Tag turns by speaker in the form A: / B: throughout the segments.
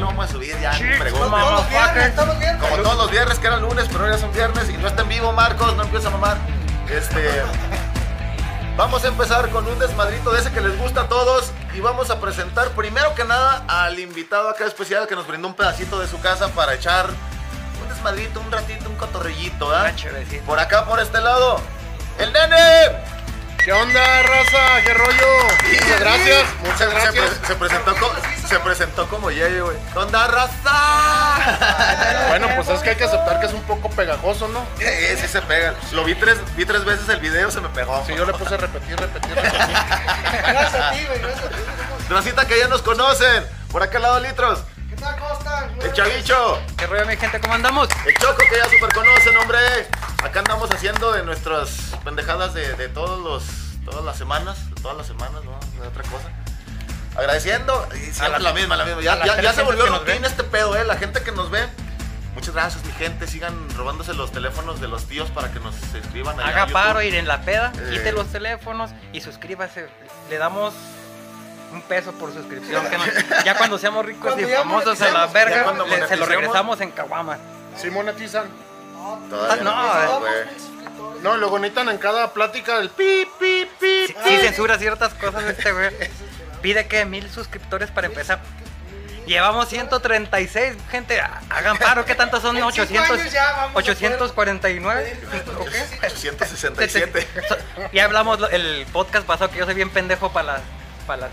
A: vamos a subir ya.
B: Chicks,
A: pregunta.
B: mamá.
C: Todos los viernes, todos los viernes.
A: Como todos los viernes, que era lunes, pero ahora son viernes y no está en vivo, Marcos, no empieza a mamar. Este. Vamos a empezar con un desmadrito de ese que les gusta a todos y vamos a presentar primero que nada al invitado acá especial que nos brindó un pedacito de su casa para echar un desmadrito, un ratito, un cotorrellito, ¿ah?
B: Una chevecita.
A: Por acá, por este lado, el nene.
D: ¿Qué onda, raza? ¿Qué rollo? Muchas gracias, muchas
A: Se- se pre-
D: gracias.
A: Se, presentó, co- se presentó como Yeye, güey. ¿Qué onda, raza?
D: Bueno, pues es que hay que aceptar que es un poco pegajoso, ¿no?
A: Eh, sí se pega. Lo vi tres, vi tres veces el video, se me pegó.
D: Si yo le puse repetir, repetir, repetir.
C: Gracias a ti, güey, gracias a ti.
A: Racita que ya nos conocen. Por acá al lado, Litros.
C: ¿Qué tal, cómo están?
A: El Chavicho.
B: ¿Qué rollo, mi gente? ¿Cómo andamos?
A: El Choco que ya super conocen, hombre. Acá andamos haciendo de nuestras pendejadas de, de todos los, todas las semanas. de Todas las semanas, ¿no? De otra cosa. Agradeciendo. Y siempre
B: la-
A: la misma, la misma.
B: a
A: Ya,
B: la
A: ya- ya
B: gente
A: se volvió
B: que nos
A: rutina
B: ve.
A: este pedo, ¿eh? La gente que nos ve. Muchas gracias, mi gente. Sigan robándose los teléfonos de los tíos para que nos escriban allá a
B: Haga
A: YouTube.
B: paro, ir en la peda,
A: Eh.
B: quite los teléfonos y suscríbase. Le damos un peso por suscripción. que nos- ya cuando seamos ricos
C: Cuando
B: y
C: ya
B: famosos a la
C: moneticemos,
A: ya
B: verga,
A: cuando
B: le- se lo
A: moneticemos.
B: regresamos en Caguama.
D: Si monetizan.
A: Todavía
B: no,
A: no,
B: eh.
A: güey.
D: No, luego necesitan en cada plática el pi, pi, pi.
B: Si, si censura ciertas cosas este güey. Pide que mil suscriptores para empezar. Llevamos 136, gente, ha- hagan paro, ¿qué tantos son?
C: En cinco
B: 800,
C: años ya vamos a poder
B: 849. ¿O qué?
A: 867.
B: So- Ya hablamos lo- el podcast pasado que yo soy bien pendejo para las para las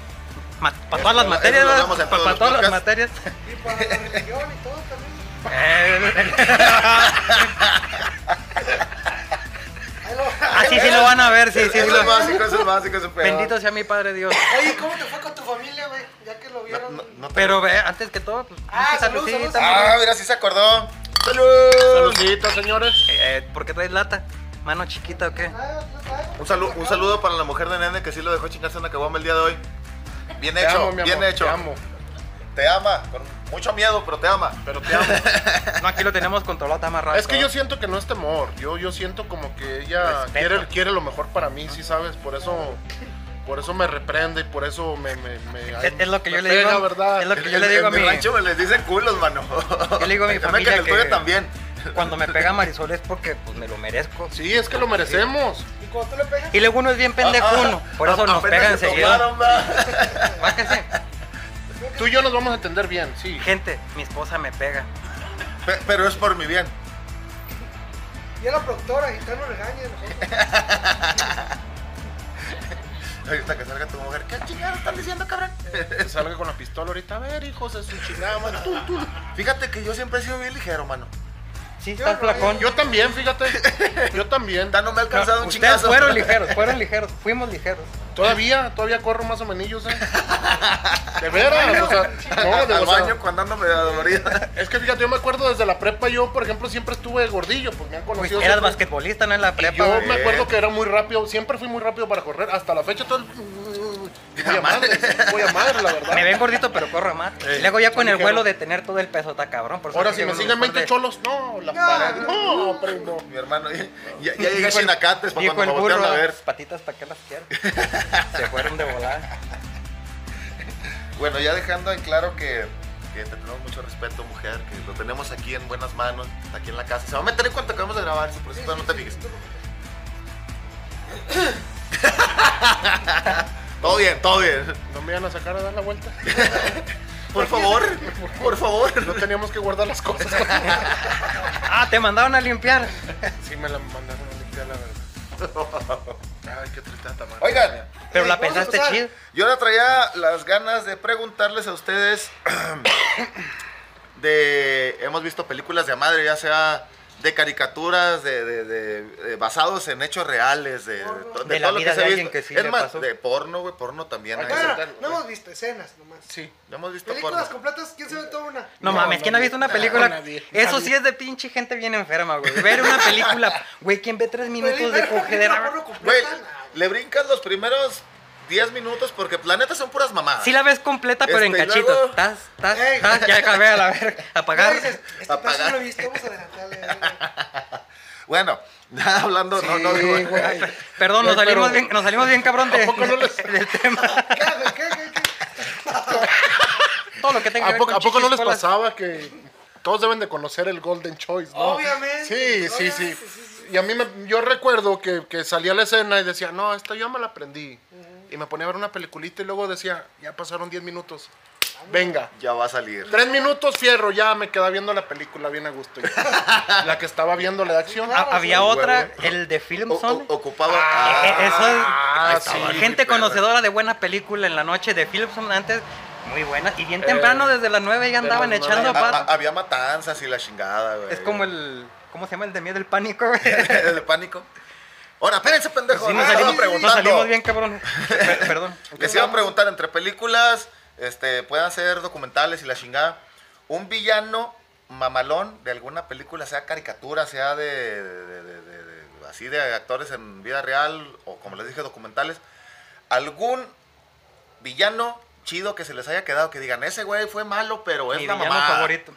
B: ma- pa' todas las
A: Eso lo-
B: materias,
A: eso lo
B: ¿verdad?
A: hablamos en
B: Pa-
A: todos
B: pa'
A: los
B: todas las
A: podcasts.
B: materias.
C: Y para la religión y todo también. Ahí lo-
B: Así sí lo van a ver, sí, sí.
A: es
B: lo-
A: el básico, es el básico, es el pedo.
B: Bendito sea mi padre Dios.
C: Oye, ¿cómo te fue con tu familia, güey? Ya que lo
A: No,
C: vieron.
A: no, no te-
B: Pero ve, antes que todo, pues,
C: Ah,
B: pinche
C: salud,
B: saludcita,
C: salud,
B: morra.
A: Ah, mira, sí se acordó. ¡Salud!
D: Saluditos, señores.
B: Eh, ¿Por qué traes lata? ¿Mano chiquita o qué?
C: Ah, no, no, no.
A: Un, salu- un saludo para la mujer de Nene que sí lo dejó chingarse una caguama el día de hoy. Bien
D: Te
A: hecho,
D: amo, mi amor,
A: bien hecho.
D: Te amo,
A: Te ama, con mucho miedo, pero te ama.
D: pero te amo.
B: No, aquí lo tenemos controlado, está amarrado.
D: Es que yo siento que no es temor. Yo, yo siento como que ella
B: Respeto.
D: quiere, quiere lo mejor para mí, sí sabes. Por eso, por eso me reprende y por eso me. me, me-
B: Es- es lo que
D: me
B: yo le digo,
D: pega, ¿verdad?
B: es lo que yo
A: En-
B: le digo
A: en
B: a
A: mi
B: mi-
A: rancho me les dicen culos, mano.
B: Yo le digo a mi
A: Créeme
B: familia
A: que en el
B: que-
A: tuyo también.
B: Cuando me pega Marisol es porque pues, me lo merezco.
D: Sí, es que lo merecemos.
C: Y cuando tú le pegas,
B: Y luego uno es bien pendejo
A: Ah, ah,
B: uno, por eso
A: a-
B: nos
A: apenas
B: pega
A: se
B: enseguida.
A: tomaron, va.
B: Bájese.
D: Tú y yo nos vamos a entender bien, sí.
B: Gente, mi esposa me pega.
A: Pe- Pero es por mi bien.
C: y a la productora, y usted nos regaña. nosotros.
A: Ahorita que salga tu mujer. ¿Qué chingados están diciendo, cabrón?
D: Que salga con la pistola ahorita. A ver, hijos de su chingada madre. Tú, tú.
A: Fíjate que yo siempre he sido bien ligero, mano.
B: Sí,
C: Yo
B: estás
C: no,
B: flacón.
D: Yo también, fíjate. Yo también.
A: Ya no me ha
B: No,
A: alcanzado un
B: ustedes
A: chingazo.
B: fueron ligeros, fueron ligeros, fuimos ligeros.
D: Todavía, todavía corro más o menos, ¿eh? De veras, o sea, no, de-
A: al
D: o sea,
A: baño cuando ando me da dolorida.
D: Es que fíjate, yo me acuerdo desde la prepa, yo, por ejemplo, siempre estuve gordillo, pues me han
B: Pues,
D: conocido.
B: eras
D: siempre.
B: basquetbolista, ¿no? En la prepa.
D: Yo eh.
B: güey.
D: me acuerdo que era muy rápido, siempre fui muy rápido para correr, hasta la fecha todo el... Voy a madre, voy a madre, la verdad.
B: Me ven gordito, pero corro más.
D: Eh,
B: Luego ya con el
D: ligero.
B: vuelo de tener todo el peso, está cabrón. Por eso
D: Ahora,
B: es
D: si
B: que
D: me
B: uno
D: siguen 20
B: mejor de-
D: cholos, no, la
C: No,
D: pared. No, primo.
A: Mi hermano, ya, ya, ya llegué a
B: Dijo el-
A: Chinacates para
B: dijo
A: pues, cuando me
B: el burro,
A: voltearon a ver.
B: patitas, ¿para qué las quiero? Se fueron de volada.
A: Bueno, ya dejando en claro que, que te tenemos mucho respeto, mujer, que lo tenemos aquí en buenas manos, está aquí en la casa. Se va a meter en cuanto acabemos de grabar, si por eso no te fijes. todo bien, todo bien.
D: No me iban a sacar a dar la vuelta.
A: Por favor, por favor.
D: No teníamos que guardar las cosas.
B: Ah, te mandaron a limpiar.
D: Sí, me la mandaron a limpiar, la verdad. Ay, qué tristeza, madre.
A: Oigan,
B: Pero
C: Sí,
B: la
C: vamos a
B: pensaste
C: pasar.
B: chido.
A: Yo ahora traía las ganas de preguntarles a ustedes de... Hemos visto películas de a madre, ya sea de caricaturas, de, de- de- de- basados en hechos reales, de, de to-
B: De la vida de
A: ha
B: alguien
A: visto.
B: que sí
A: es
B: le
A: más,
B: pasó.
A: de porno, güey, porno también.
D: Ay,
A: hay.
D: claro.
C: Bueno, no hemos visto escenas nomás.
D: Sí.
A: No hemos visto porno.
C: Películas completas, ¿quién se ve toda una?
B: No,
D: No,
B: mames, ¿quién ha
D: nadie,
B: visto una
D: no,
B: película?
D: nadie,
B: Eso
D: nadie.
B: sí es de pinche gente bien enferma, güey. Ver una película, güey, ¿quién ve tres minutos de cogedera?
A: Güey,
C: Güey.
A: le brincas los primeros 10 minutos porque planeta son puras mamadas.
B: Sí la ves completa, pero en
A: Este, y
B: cachitos.
A: luego-
B: Estás, estás,
C: Ey.
B: estás, ya acabé a la verga. Apagar.
C: Apagar.
A: Apagar.
C: "Este No lo he visto, vamos a adelantarle. a ver,
A: Bueno, ya hablando, no, no,
B: Sí,
A: güey.
B: güey. Perdón, nos
D: Güey,
B: salimos,
D: pero-
B: bien, nos salimos bien cabrón de-
D: poco no les-
B: del tema.
C: güey. ¿Qué, güey? ¿Qué, qué, qué?
B: Todo todo lo que tenga que
D: ¿A
B: ver
D: poco,
B: con
D: a poco no
B: chichis,
D: les
B: colas.
D: pasaba que todos deben de conocer el Golden Choice, no?
C: Obviamente,
D: Sí, sí, sí.
C: obviamente, sí, sí.
D: Y a mí me, yo recuerdo que, que salía la escena y decía, no, esta yo me la aprendí. Y me ponía a ver una peliculita y luego decía, ya pasaron 10 minutos. Venga.
A: Ya va a salir.
D: Tres minutos, fierro, ya me quedaba viendo la película bien a gusto. la que estaba viendo la de acción.
B: Ha- Ah, Había
A: güey,
B: otra,
A: güey.
B: el de Film
A: O- o-
B: Zone.
A: ocupaba.
B: Eh, eh, eso es-
D: Ah,
A: ahí estaba,
D: sí.
B: Gente
A: perra.
B: conocedora de buena película en la noche de Philipson antes, muy buena. Y bien temprano,
D: Eh,
B: desde las 9 ya
D: de
B: andaban
D: las nueve.
B: echando
A: Ah, ah,
B: pato.
A: había matanzas y la chingada, güey.
B: Es como el. ¿Cómo se llama el de miedo del pánico? güey?
A: el de pánico. Ahora, espérense, pendejo.
B: Sí, nos
A: les iba
B: salimos, nos
A: preguntando.
B: salimos bien, cabrón. Per- Perdón.
A: Les iba a preguntar entre películas, este, puedan ser documentales y la chingada. Un villano mamalón de alguna película, sea caricatura, sea de, de- de- de- de- así de actores en vida real o como les dije documentales, algún villano chido que se les haya quedado que digan ese güey fue malo pero es
B: Mi
A: la
B: villano
A: mamada".
B: favorito.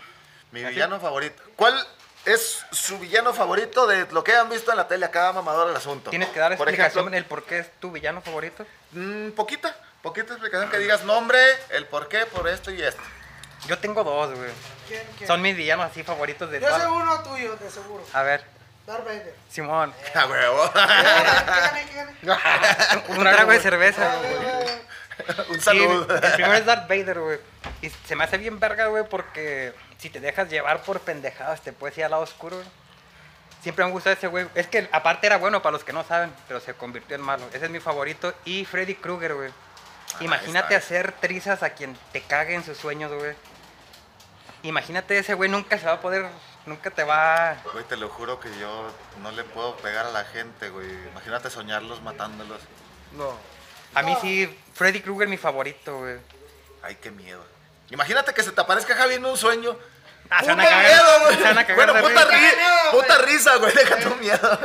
A: Mi
B: Así.
A: villano favorito. ¿Cuál es su villano favorito de lo que han visto en la tele? Acá mamador el asunto.
B: Tienes que dar
A: Por
B: explicación
A: ejemplo,
B: el por qué es tu villano favorito.
A: mm, poquita, poquita explicación que digas nombre, el por qué, por esto y esto.
B: Yo tengo dos, güey.
C: ¿Quién, quién?
B: Son mis villanos así favoritos de
C: Yo sé
B: todas.
C: uno tuyo, de seguro.
B: A ver,
C: Darth Vader. Ah,
B: Simón,
A: A oh, huevo.
C: ¿Qué gané? ¿Qué gané?
B: un trago de
C: Ah,
B: cerveza. güey.
A: Un
B: Sí,
A: saludo.
B: el primero es Darth Vader, güey. Y se me hace bien verga, güey, porque si te dejas llevar por pendejadas, te puedes ir al lado oscuro. güey. Siempre me gusta ese güey. Es que aparte era bueno para los que no saben, pero se convirtió en malo. Ese es mi favorito. Y Freddy Krueger, güey. Imagínate
A: ahí está.
B: hacer trizas a quien te cague en sus sueños, güey. Imagínate ese güey, nunca se va a poder, nunca te va...
A: Güey, te lo juro que yo no le puedo pegar a la gente, güey. Imagínate soñarlos matándolos.
D: No.
B: A mí sí, Freddy Krueger mi favorito, güey.
A: Ay, qué miedo. Imagínate que se te aparezca Javi en un sueño.
B: Ah, se
A: ¡Puta
B: van a cagar,
A: miedo, güey!
B: se van a cagar
A: Bueno,
B: de
A: puta,
B: risa.
A: ri-
C: Miedo, güey.
A: puta risa, güey. Deja tu miedo.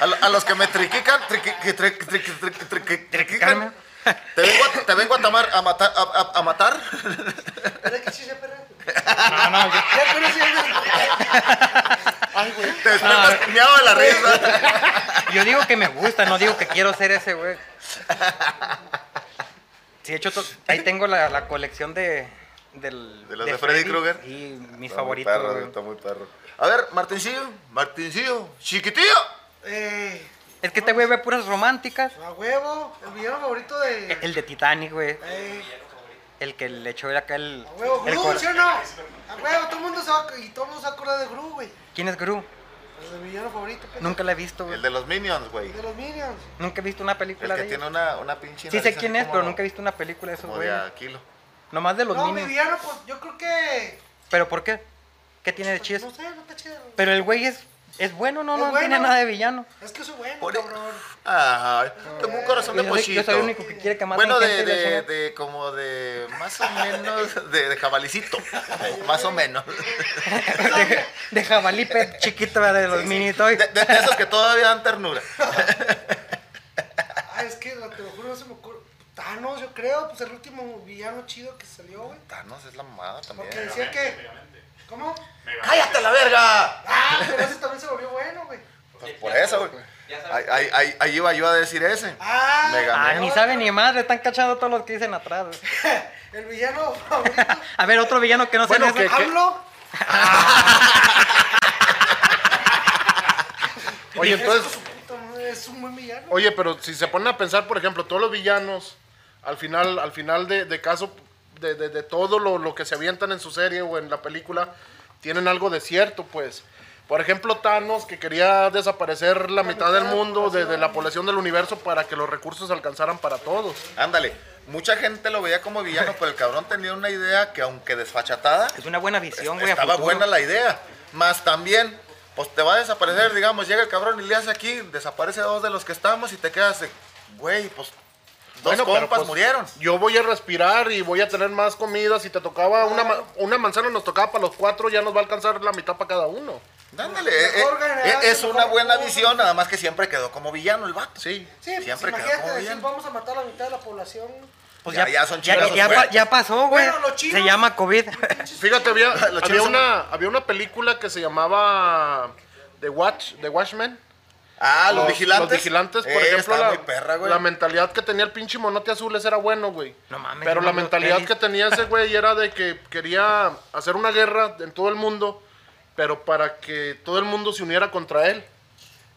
A: A, lo- a los que me triquican, triqui- que tri- tri- tri- tri- triqui-
B: Triquicarme.
A: triquican, te vengo, a, te vengo a, tomar- a matar, a, a- a matar.
C: ¿Verdad que sí se perra?
B: No, no, yo-
C: Ya conocí a
D: Ay, güey.
B: Ah.
A: Te despiertas miado de la risa.
B: Yo digo que me gusta, no digo que quiero ser ese, güey. Sí, de hecho, to- ahí tengo la, la colección de... Del,
A: De los de Freddy Krueger.
B: Y mi
A: Está muy
B: favorito,
A: perro,
B: güey.
A: Está muy perro. A ver, Martincillo, Martincillo, chiquitillo.
C: Eh,
B: Es que este güey ve puras románticas.
C: a huevo, el villano favorito de.
B: El de Titanic, güey.
C: Eh,
B: El que le echó acá el...
C: a huevo,
B: el
C: Gru,
B: cor-
C: ¿sí o no? A huevo, todo el mundo se va a, y todo el mundo se va a acordar de Gru, güey. Pues
B: ¿Quién es Gru?
C: El de villano favorito, pendejo.
B: Nunca la he visto, güey.
A: El de los Minions, güey.
C: De los Minions.
B: Nunca he visto una
A: El
B: película
A: que
B: de ellos.
A: tiene una, una pinche.
B: Sí
A: nariz
B: sé
A: así
B: quién es,
A: como-
B: pero nunca he visto una película de esos,
A: Como
B: güey.
A: de a kilo.
B: Nomás de los
C: No, mi
B: niños.
C: villano, pues yo creo que. pues,
B: ¿Pero por qué? ¿Qué tiene de chido?
C: No sé, no está chido.
B: Pero el güey es, es bueno, no,
C: Es
B: no tiene
C: bueno.
B: nada de villano.
C: Es que soy bueno,
B: e-
A: Por- e-
C: cabrón.
A: Ay, tengo un corazón de
B: Yo soy, yo
A: pollito.
B: soy el único que quiere que maten
A: Bueno, de,
B: gente y la
A: de,
B: chingada.
A: de- como de más o menos de, de jabalicito, más o menos.
B: de, de jabalí pe- chiquito ¿verdad? de los mini
A: De,
B: toy.
A: de- de esos que todavía dan ternura.
C: Ah, es que te lo juro, no se me ocurre. Thanos, yo creo, pues el último villano chido que salió, güey.
A: Thanos es la mamada también.
C: Porque decía que. ¿Cómo?
A: ¡Cállate la verga!
C: Ah, pero ese también se volvió bueno, güey.
A: Pues por eso, güey. Ahí, ahí- ahí- ahí iba yo a decir ese.
C: Ah,
A: Mega
B: Ah,
A: Man.
B: ni sabe ni madre, están cachando todos los que dicen atrás. güey.
C: El villano favorito.
B: A ver, otro villano que no sea
D: Bueno,
B: ese.
D: que-
C: Hablo.
D: Oye, entonces,
C: Es un buen villano.
D: Oye, pero si se ponen a pensar, por ejemplo, todos los villanos, al final, al final de, de caso, de, de- de todo lo, lo que se avientan en su serie o en la película, tienen algo de cierto, pues. Por ejemplo, Thanos, que quería desaparecer la mitad del mundo, de, de la población del universo, para que los recursos alcanzaran para todos.
A: Ándale. Mucha gente lo veía como villano, pero el cabrón tenía una idea que aunque desfachatada,
B: Es una buena visión, güey. a
A: estaba
B: futuro.
A: buena la idea. Más también, pues te va a desaparecer, digamos, llega el cabrón y le hace aquí, desaparece dos de los que estamos y te quedas de, güey, pues dos
D: Bueno, pero,
A: compas
D: pues,
A: murieron.
D: Yo voy a respirar y voy a tener más comida. Si te tocaba una, ma- una manzana, nos tocaba para los cuatro, ya nos va a alcanzar la mitad para cada uno.
A: Dándole, eh,
C: Mejor
A: eh,
C: ganarse,
A: es
C: mejor
A: una buena
C: todo.
A: visión, nada más que siempre quedó como villano el vato.
D: Sí.
C: Sí, pues
A: siempre quedó
C: imagínate
A: como
C: decir,
A: villano.
C: vamos a matar a la mitad de la población.
B: Pues
A: Ya-
B: ya,
A: ya son
B: ya-
A: chingazos
B: ya pa-
A: fuertes.
B: ya pasó, güey.
C: Bueno, los chinos-
B: Se llama COVID.
D: Fíjate, había,
A: Los
D: había,
A: chinos son-
D: una, había una película que se llamaba The Watch, The Watchmen,
A: Ah, los,
D: Los-
A: vigilantes.
D: Los vigilantes, por
A: Eh,
D: ejemplo,
A: estaba
D: la,
A: muy perra, güey.
D: la mentalidad que tenía el pinche monote azul, ese era bueno, güey.
B: No mames,
D: Pero
B: no
D: la
B: mames,
D: mentalidad
B: tenis.
D: que tenía ese güey era de que quería hacer una guerra en todo el mundo, pero para que todo el mundo se uniera contra él.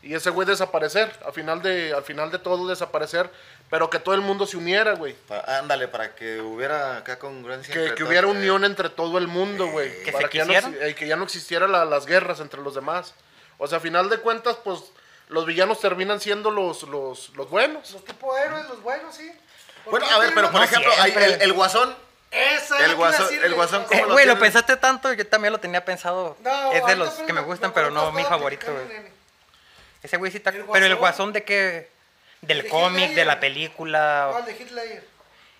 D: Y ese güey desaparecer, al final, de, al final de todo desaparecer, pero que todo el mundo se uniera, güey.
A: Pa- ándale, para que hubiera acá congruencia.
D: Que,
A: entre
D: que
A: todo,
D: hubiera
A: eh.
D: unión entre todo el mundo, güey.
B: eh, Que
D: Para
B: se
D: que ya, no,
B: quisieran.
D: exi- eh, que ya no existiera la- las guerras entre los demás. O sea, a final de cuentas, pues los villanos terminan siendo los, los, los buenos.
C: Los tipo héroes, los buenos, sí. ¿Por
A: Bueno,
C: qué
A: a ver,
C: tienen
A: pero
C: una-
A: por
B: No
A: ejemplo, ahí
B: siempre.
A: el, el guasón. el
C: Esa es la que iba a
A: guasón-
C: decir,
A: el guasón
B: Eh,
A: ¿Cómo lo
B: güey, lo
A: tienen?
B: pensaste tanto, yo también lo tenía pensado.
C: No,
B: es de
C: ahorita
B: los
C: apenas
B: que me
C: lo-
B: gustan,
C: lo
B: pero no
C: conozco,
B: mi
C: estaba
B: favorito,
C: platicando,
B: güey.
C: nene.
B: Ese güey sí está...
C: ¿El
B: pero el
C: Guasón?
B: guasón de qué... Del
C: ¿De
B: cómic,
C: Hitler?
B: de la película...
C: ¿Cuál de Hitler?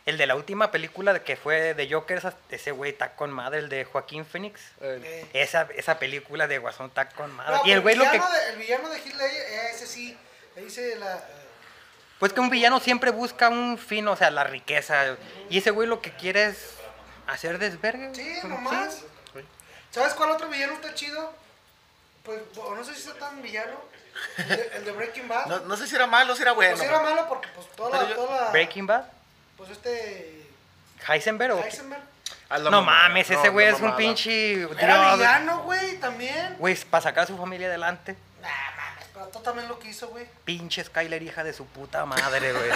B: El de la última película de que fue de Joker, esa- ese güey está con madre, el de Joaquín Phoenix.
D: Eh,
C: Eh.
B: Esa, esa película de Guasón está con madre.
C: No,
B: Ah, y el
C: pero
B: güey lo que...
C: villano de- el villano de Hitler, eh, ese sí. Ahí se la.
B: Pues que un villano siempre busca un fin, o sea, la riqueza. Y ese güey lo que quiere es hacer desvergue. güey.
C: Sí,
B: Sí.
C: nomás. ¿Sabes cuál otro villano está chido? Pues o no sé si está tan villano. El de, el de Breaking Bad.
A: No, no sé si era malo, si era bueno.
C: pues era malo porque pues toda
A: Pero
C: la,
A: yo-
C: toda la-
B: Breaking Bad,
C: Pues este.
B: Heisenberg. o-
C: Heisenberg.
D: a la
B: No
D: mamada.
B: mames,
D: No,
B: ese güey
D: la
B: es un
D: mamada.
B: pinche...
C: Era
B: dios.
C: villano, güey, también.
B: Güey, para sacar a su familia adelante.
C: Nah, mames, pero tú también lo que hizo, güey.
B: Pinche Skyler, hija de su puta madre, güey.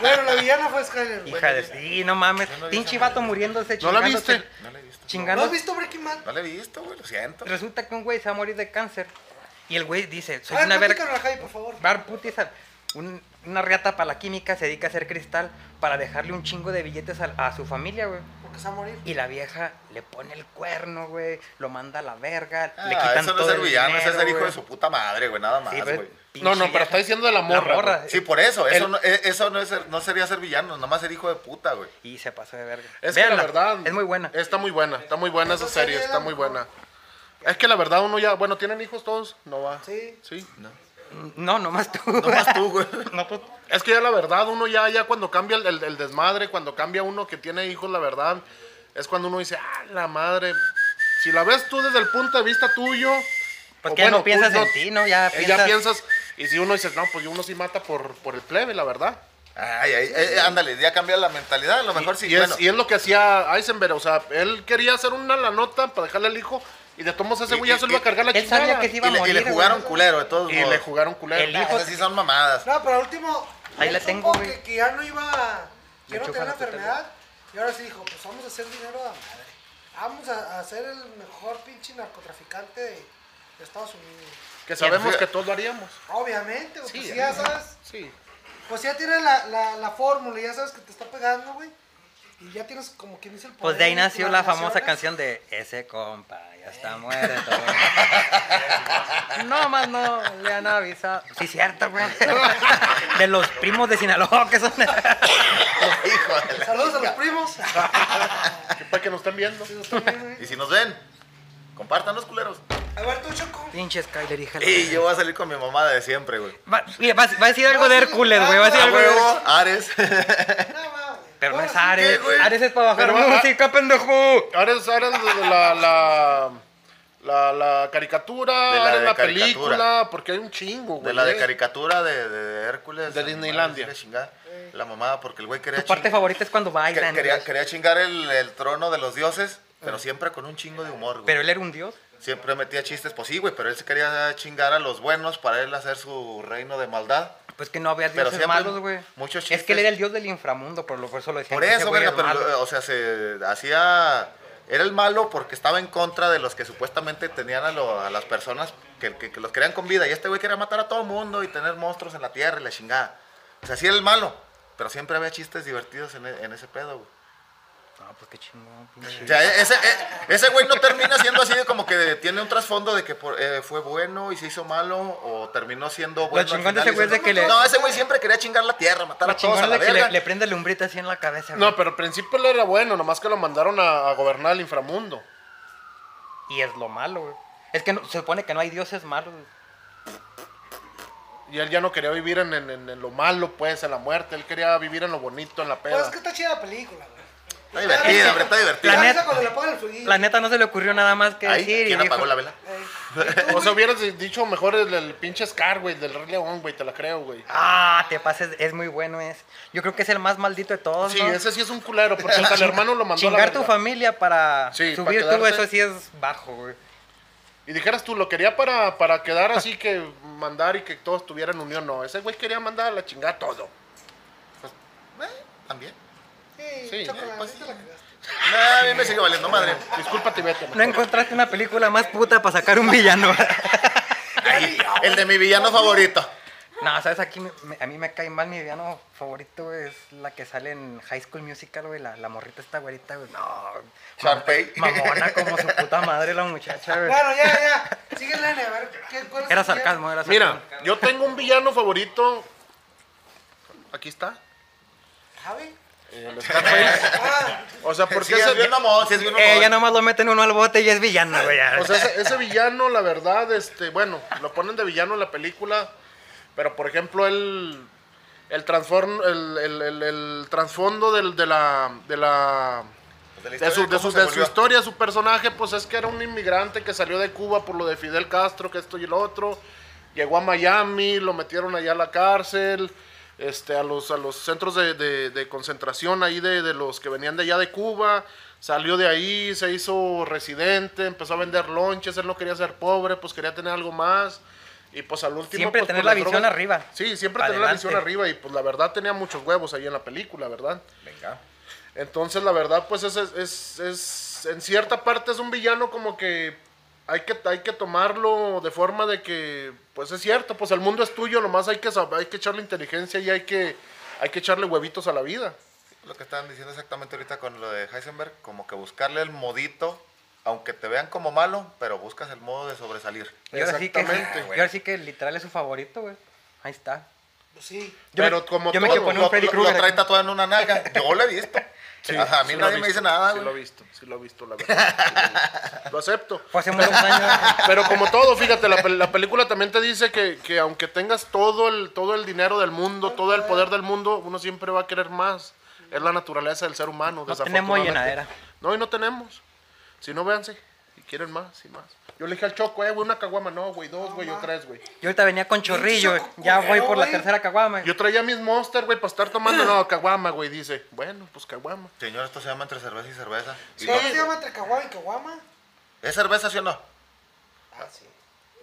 C: Bueno, la villana fue Skyler, güey.
B: hija de... Sí, no mames. pinche vato muriéndose
D: ¿No la
B: chingándose-
D: viste?
A: No le he visto.
C: ¿No has
B: Chingándose.
C: visto Breaking Bad?
A: No le he visto, güey, lo siento.
B: Resulta que un güey se va a morir de cáncer. Y el güey dice, soy
C: Ah,
B: una verga.
C: platícanos, Javi, por favor.
B: Bar putiza, un- una riata para la química se dedica a hacer cristal para dejarle un chingo de billetes a, a su familia, güey.
C: Porque se va a morir.
B: Y la vieja le pone el cuerno, güey. Lo manda a la verga.
A: Ah,
B: le quitan
A: eso no
B: todo
A: es ser
B: el
A: villano, ese es
B: dinero,
A: ser hijo
B: güey.
A: de su puta madre, güey, nada más,
B: Sí,
A: güey.
B: pues,
D: No,
B: pinche
D: no, pero
B: vieja.
D: está diciendo de la morra. güey.
A: Sí, por eso, eso,
D: El-
A: no, e- eso no, es ser- no sería ser villano, nada más ser hijo de puta, güey.
B: Y se pasó de verga.
D: Es que la
B: Véanla,
D: verdad.
B: Es muy buena.
A: eh,
D: Está muy buena, está muy buena esa
C: Esa serie
D: serie,
C: era
D: está muy buena. Es que la verdad uno ya, bueno, ¿tienen hijos todos? No va.
C: Sí.
D: Sí.
B: No, nomás tú.
A: Nomás tú, güey.
B: No, pues, tú-
D: Es que ya la verdad, uno ya, ya cuando cambia el, el- el desmadre, cuando cambia uno que tiene hijos, la verdad, es cuando uno dice, ah, la madre. Si la ves tú desde el punto de vista tuyo.
B: Pues
D: o
B: que ya no
D: tú
B: piensas en ti, ¿no? Ya
D: eh,
B: piensas-
D: Y si uno dice, no, pues uno sí mata por, por el plebe, la verdad.
A: Ay, ay, eh, ándale, ya cambia la mentalidad, a lo mejor sí,
D: y,
A: bueno.
D: es, y es lo que hacía Eisenberg, o sea, él quería hacer una la nota para dejarle al hijo y de tomos ese
A: Y-
D: güey ya
A: y-
D: se lo iba a
A: y-
D: cargar la
B: él sabía
D: chingada.
B: que sí
D: Y
B: iba a
A: y, le, y
B: morir,
A: le
B: güey.
A: jugaron culero de todos modos.
D: le jugaron culero.
B: El
A: Ah,
B: hijo-
A: esas sí son mamadas.
C: No, pero al último.
B: Ahí la
C: supo
B: tengo, güey.
C: Que, que ya no iba.
B: Me
C: Que no
B: chupa
C: tenía
B: la
C: la
B: puta
C: enfermedad. Y ahora sí dijo: Pues vamos a hacer dinero a madre. Vamos a, a ser el mejor pinche narcotraficante de, de Estados Unidos.
D: Que sabemos
A: Sí.
D: que todos lo haríamos.
C: Obviamente, güey,
D: Sí,
C: pues
D: ya
C: ya
D: no.
C: sabes.
D: Sí.
C: Pues ya tienes la, la, la fórmula, ya sabes que te está pegando, güey. Y ya tienes como quien dice el
B: Pues
C: poder
B: de ahí
C: y
B: nació la
C: las
B: famosa
C: naciones.
B: canción de Ese compa ya está muerto. no más no le han avisado. Sí, cierto, güey. De los primos de Sinaloa que son.
A: Hijo de la-
C: Saludos a los primos. Ah,
D: Que para que nos estén viendo.
C: Si nos están viendo, güey.
A: Y si nos ven, compartan los culeros.
C: A ver, tú, Choco.
B: Pinche Skyler, hija. de la
A: Y yo voy a salir con mi mamada de siempre, güey.
B: Va, mira, va- va a decir algo de Hércules, ah, güey. Va a decir
A: A
B: algo de
A: huevo, Ares.
C: No, mames.
B: Pero no
C: Ahora
B: es
C: sí,
B: Ares.
A: ¿qué, güey?
B: Ares es para bajar
D: Pero va-
B: música, pendejo.
D: Ahora es, ahora es la, la, la, la caricatura,
A: De la
D: ahora
A: de
D: es la
A: caricatura.
D: película, porque hay un chingo, güey. ¿eh?
A: De la de caricatura de, de Hércules.
D: De
A: la mamada,
D: Disneylandia.
A: la chingada. La mamada, porque el güey quería,
B: Tu parte
A: ching-
B: favorita es cuando
A: que-
B: bailan.
A: quería,
B: güey.
A: quería chingar el, el trono de los dioses, pero siempre con un chingo de humor, güey.
B: Pero él era un dios.
A: Siempre metía chistes, pues sí, güey, pero él se quería chingar a los buenos para él hacer su reino de maldad.
B: Pues que no había
A: Pero
B: dioses
A: siempre
B: malos, güey.
A: muchos
B: Es que
A: chistes.
B: él era el dios del inframundo, por lo por eso lo decían.
A: Por
B: que ese
A: eso,
B: güey
A: verga,
B: es
A: pero,
B: malo.
A: o sea, se hacía. Era el malo porque estaba en contra de los que supuestamente tenían a, lo- a las personas que, que- que los querían con vida. Y este güey quería matar a todo mundo y tener monstruos en la tierra y la chingada. O sea, sí era el malo, pero siempre había chistes divertidos en, e- en ese pedo, güey.
B: No, pues qué chingón,
A: O
B: pinche.
A: sea, e- ese, e- ese güey no termina siendo así de como que tiene un trasfondo de que por- eh, fue bueno y se hizo malo o terminó siendo bueno. al
B: chingón de
A: final
B: ese
A: y
B: güey es de
A: se-
B: que le-
A: No, ese güey siempre quería chingar la tierra, matar
B: Lo
A: a todos a
B: chingón
A: la
B: de que
A: verga.
B: le, le prende lumbrita así en la cabeza. güey.
D: No, pero al principio él era bueno, nomás que lo mandaron a, a gobernar el inframundo.
B: Y es lo malo, güey. Es que no- se supone que no hay dioses malos. güey.
D: Y él ya no quería vivir en, en- en- en lo malo, pues, en la muerte. Él quería vivir en lo bonito, en la
C: Pues es
D: peda.
C: que está chida la película, güey.
A: Está divertido, hombre, está divertido.
B: La neta-
C: cuando le apagan el fueguillo.
B: La neta no se le ocurrió nada más que
A: Ahí,
B: decir. y
A: ¿quién
B: dijo-
A: apagó la vela?
C: Ey,
D: O sea, hubieras dicho mejor el, el pinche Scar, güey, del Rey León, güey, te la creo, güey.
B: Ah, te pases, es muy bueno es. Yo creo que es el más maldito de todos.
D: Sí,
B: ¿no?
D: ese sí es un culero, porque hasta el hermano lo mandó a la
B: Chingar tu
D: verga.
B: familia para
D: Sí, para
B: subir tú,
D: quedarse.
B: eso sí es bajo, güey.
D: Y dijeras tú, lo quería para, para quedar así que mandar y que todos tuvieran unión. No, ese güey quería mandar a la chingada todo.
A: Eh, También.
C: Sí,
D: Sí,
C: chocolate,
A: pues
C: sí te la cagaste.
A: Nah, a mí me sigue valiendo madre.
D: Discúlpate, vete.
B: No
D: mejor.
B: encontraste una película más puta para sacar un villano.
A: Ahí, el de mi villano favorito.
B: no, sabes, aquí me- me- a mí me cae mal mi villano favorito, güey, es la que sale en High School Musical, güey, la, la morrita esta güerita, güey. No,
A: Sharpay.
B: mamona como su puta madre la muchacha, güey.
C: Bueno, ya, ya. Síguele, nene, a ver. ¿qué, cuál es
B: Era
C: el siguiente?
B: sarcasmo, ¿eh? era sarcasmo.
D: Mira, yo tengo un villano favorito. Aquí está.
C: ¿Javi?
D: El Scarface.
C: Ah,
D: O sea, porque
A: Sí, es
D: ese,
A: bien mamón, sí, es bien mamón.
B: Eh, ya nomás lo meten uno al bote y es villano, güey. ya.
D: o sea, ese- ese villano, la verdad, este, bueno, lo ponen de villano en la película. Pero por ejemplo, el. El, transform, el, el, el- el trasfondo del- de la. De la
A: la
D: De su,
A: historia,
D: de,
A: ¿cómo
D: su,
A: se
D: de su
A: volvió?
D: historia, su personaje, pues es que era un inmigrante que salió de Cuba por lo de Fidel Castro, que esto y lo otro. Llegó a Miami, lo metieron allá a la cárcel, este, a, los, a los centros de, de- de concentración ahí de, de los que venían de allá de Cuba. Salió de ahí, se hizo residente, empezó a vender lonches, él no quería ser pobre, pues quería tener algo más. Y pues al último...
B: Siempre
D: pues,
B: tener
D: por
B: la
D: las
B: visión arriba.
D: Sí, siempre
B: Pa'
D: tener la
B: adelante.
D: visión arriba y pues la verdad tenía muchos huevos ahí en la película, ¿verdad?
A: Venga.
D: Entonces, la verdad, pues es, es, es- es- en cierta parte es un villano como que hay que, hay que tomarlo de forma de que, pues es cierto, pues el mundo es tuyo, nomás hay que, sab- hay que echarle inteligencia y hay que, hay que echarle huevitos a la vida.
A: Lo que estaban diciendo exactamente ahorita con lo de Heisenberg, como que buscarle el modito, aunque te vean como malo, pero buscas el modo de sobresalir.
B: Yo ahora sí que,
D: Exactamente,
B: yo ahora sí que literal es su favorito, güey. Ahí está.
C: pues sí.
B: Yo me-
D: Pero como
B: yo me quiero
D: todo,
B: poner
A: Lo,
B: un Freddy
A: lo- lo
B: Krueger.
A: trae tatuado en una naga. Yo lo he visto. Ajá, a mí
D: sí lo
A: nadie
D: he
A: me
D: visto,
A: dice nada,
D: Sí
A: güey.
D: lo he visto, sí lo he visto, la verdad. sí, lo acepto.
B: Fue hace muchos años.
D: Pero como todo, fíjate, la, pel- la película también te dice que, que aunque tengas todo el, todo el dinero del mundo, todo el poder del mundo, uno siempre va a querer más. Es la naturaleza del ser humano.
B: No
D: desafortunadamente.
B: tenemos llenadera.
D: No, y no tenemos. Si no, véanse. Y quieren más y más. Yo le dije al Choco, eh, güey, una caguama. No, güey, dos, güey, o tres, güey.
B: Yo ahorita venía con chorrillo, güey. ya voy por la
C: Güey.
B: tercera caguama.
D: Yo traía mis monster, güey, para estar tomando. No, caguama, güey, dice. Bueno, pues caguama.
A: Señor, esto se llama entre cerveza y cerveza. Y
C: ¿Cómo
A: no-
C: se llama entre Caguama y Caguama?
A: ¿Es cerveza, sí o no?
C: Ah, sí.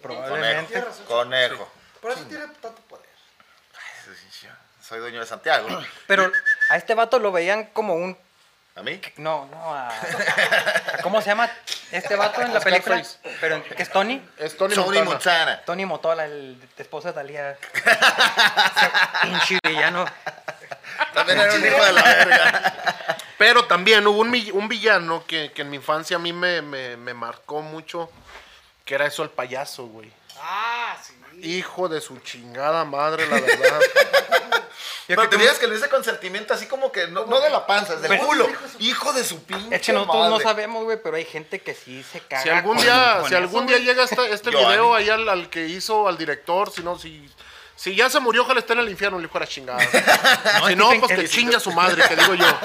A: Conejo.
B: Probablemente.
C: Tienes razón.
A: Conejo.
C: Por eso tiene tanto poder.
A: Soy dueño de Santiago.
B: Pero a este vato lo veían como un.
A: ¿A mí?
B: No, no, a. a- ¿Cómo se llama este vato en la película?
D: Scarface.
B: Pero, ¿Qué es Tony?
D: Es Tony,
A: Tony
D: Montana.
A: Montana.
B: Tony Motola, el esposo de Talía. Ese Pinche villano.
A: También era un hijo de la verga.
D: Pero también hubo un, mi- un villano que, que en mi infancia a mí me, me- me marcó mucho, que era eso el payaso, güey.
C: Ah, sí.
D: Hijo de su chingada madre, la verdad.
B: Yo
A: Pero
B: creo
A: te
B: que-
A: digas que lo hice con sentimiento así como que no, no de la panza, es del
B: Pero-
A: culo. Hijo de su pinche.
B: Es que nosotros no
A: madre.
B: sabemos, güey, pero hay gente que sí se caga.
D: si algún
B: con-
D: día,
B: con
D: si
B: eso,
D: algún
B: güey.
D: día llega este, este
A: Yo,
D: video
A: Ani.
D: ahí al, al que hizo al director, si no, si, si ya se murió, ojalá esté en el infierno, el hijo de la chingada.
B: No,
D: si
B: es
D: no,
B: que-
D: pues
B: es-
D: que chinga su madre, que digo yo.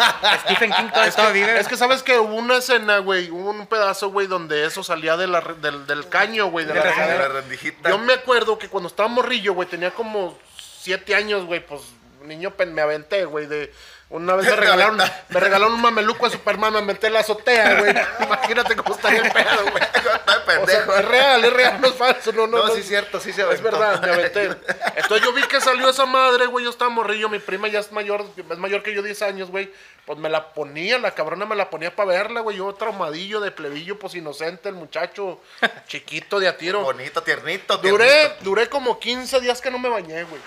B: Stephen King todavía vive.
D: Es que sabes que hubo una escena, güey, hubo un pedazo, güey, donde eso salía de la re- del, del caño, güey, de
B: Del
D: la
A: Ah,
B: regadera.
D: regadera.
A: La rendijita.
D: Yo me acuerdo que cuando estaba morrillo, güey, tenía como siete años, güey, pues niño pen- me aventé, güey, de una vez me regalaron, me regalaron un mameluco a Superman, me aventé en la azotea, güey. Imagínate cómo estaría el pedo, güey.
A: Está
D: O sea,
A: pendejo.
D: es real, es real, no es falso, no, no.
A: No,
D: no.
A: sí es cierto, sí se
D: Es
A: aventó.
D: verdad, me aventé. Entonces yo vi que salió esa madre, güey. Yo estaba morrillo, mi prima ya es mayor, es mayor que yo 10 años, güey. Pues me la ponía, la cabrona me la ponía para verla, güey. Yo traumadillo de plebillo, pues inocente, el muchacho chiquito de a tiro.
A: Bonito, tiernito,
D: Duré,
A: tiernito.
D: duré como 15 días que no me bañé, güey.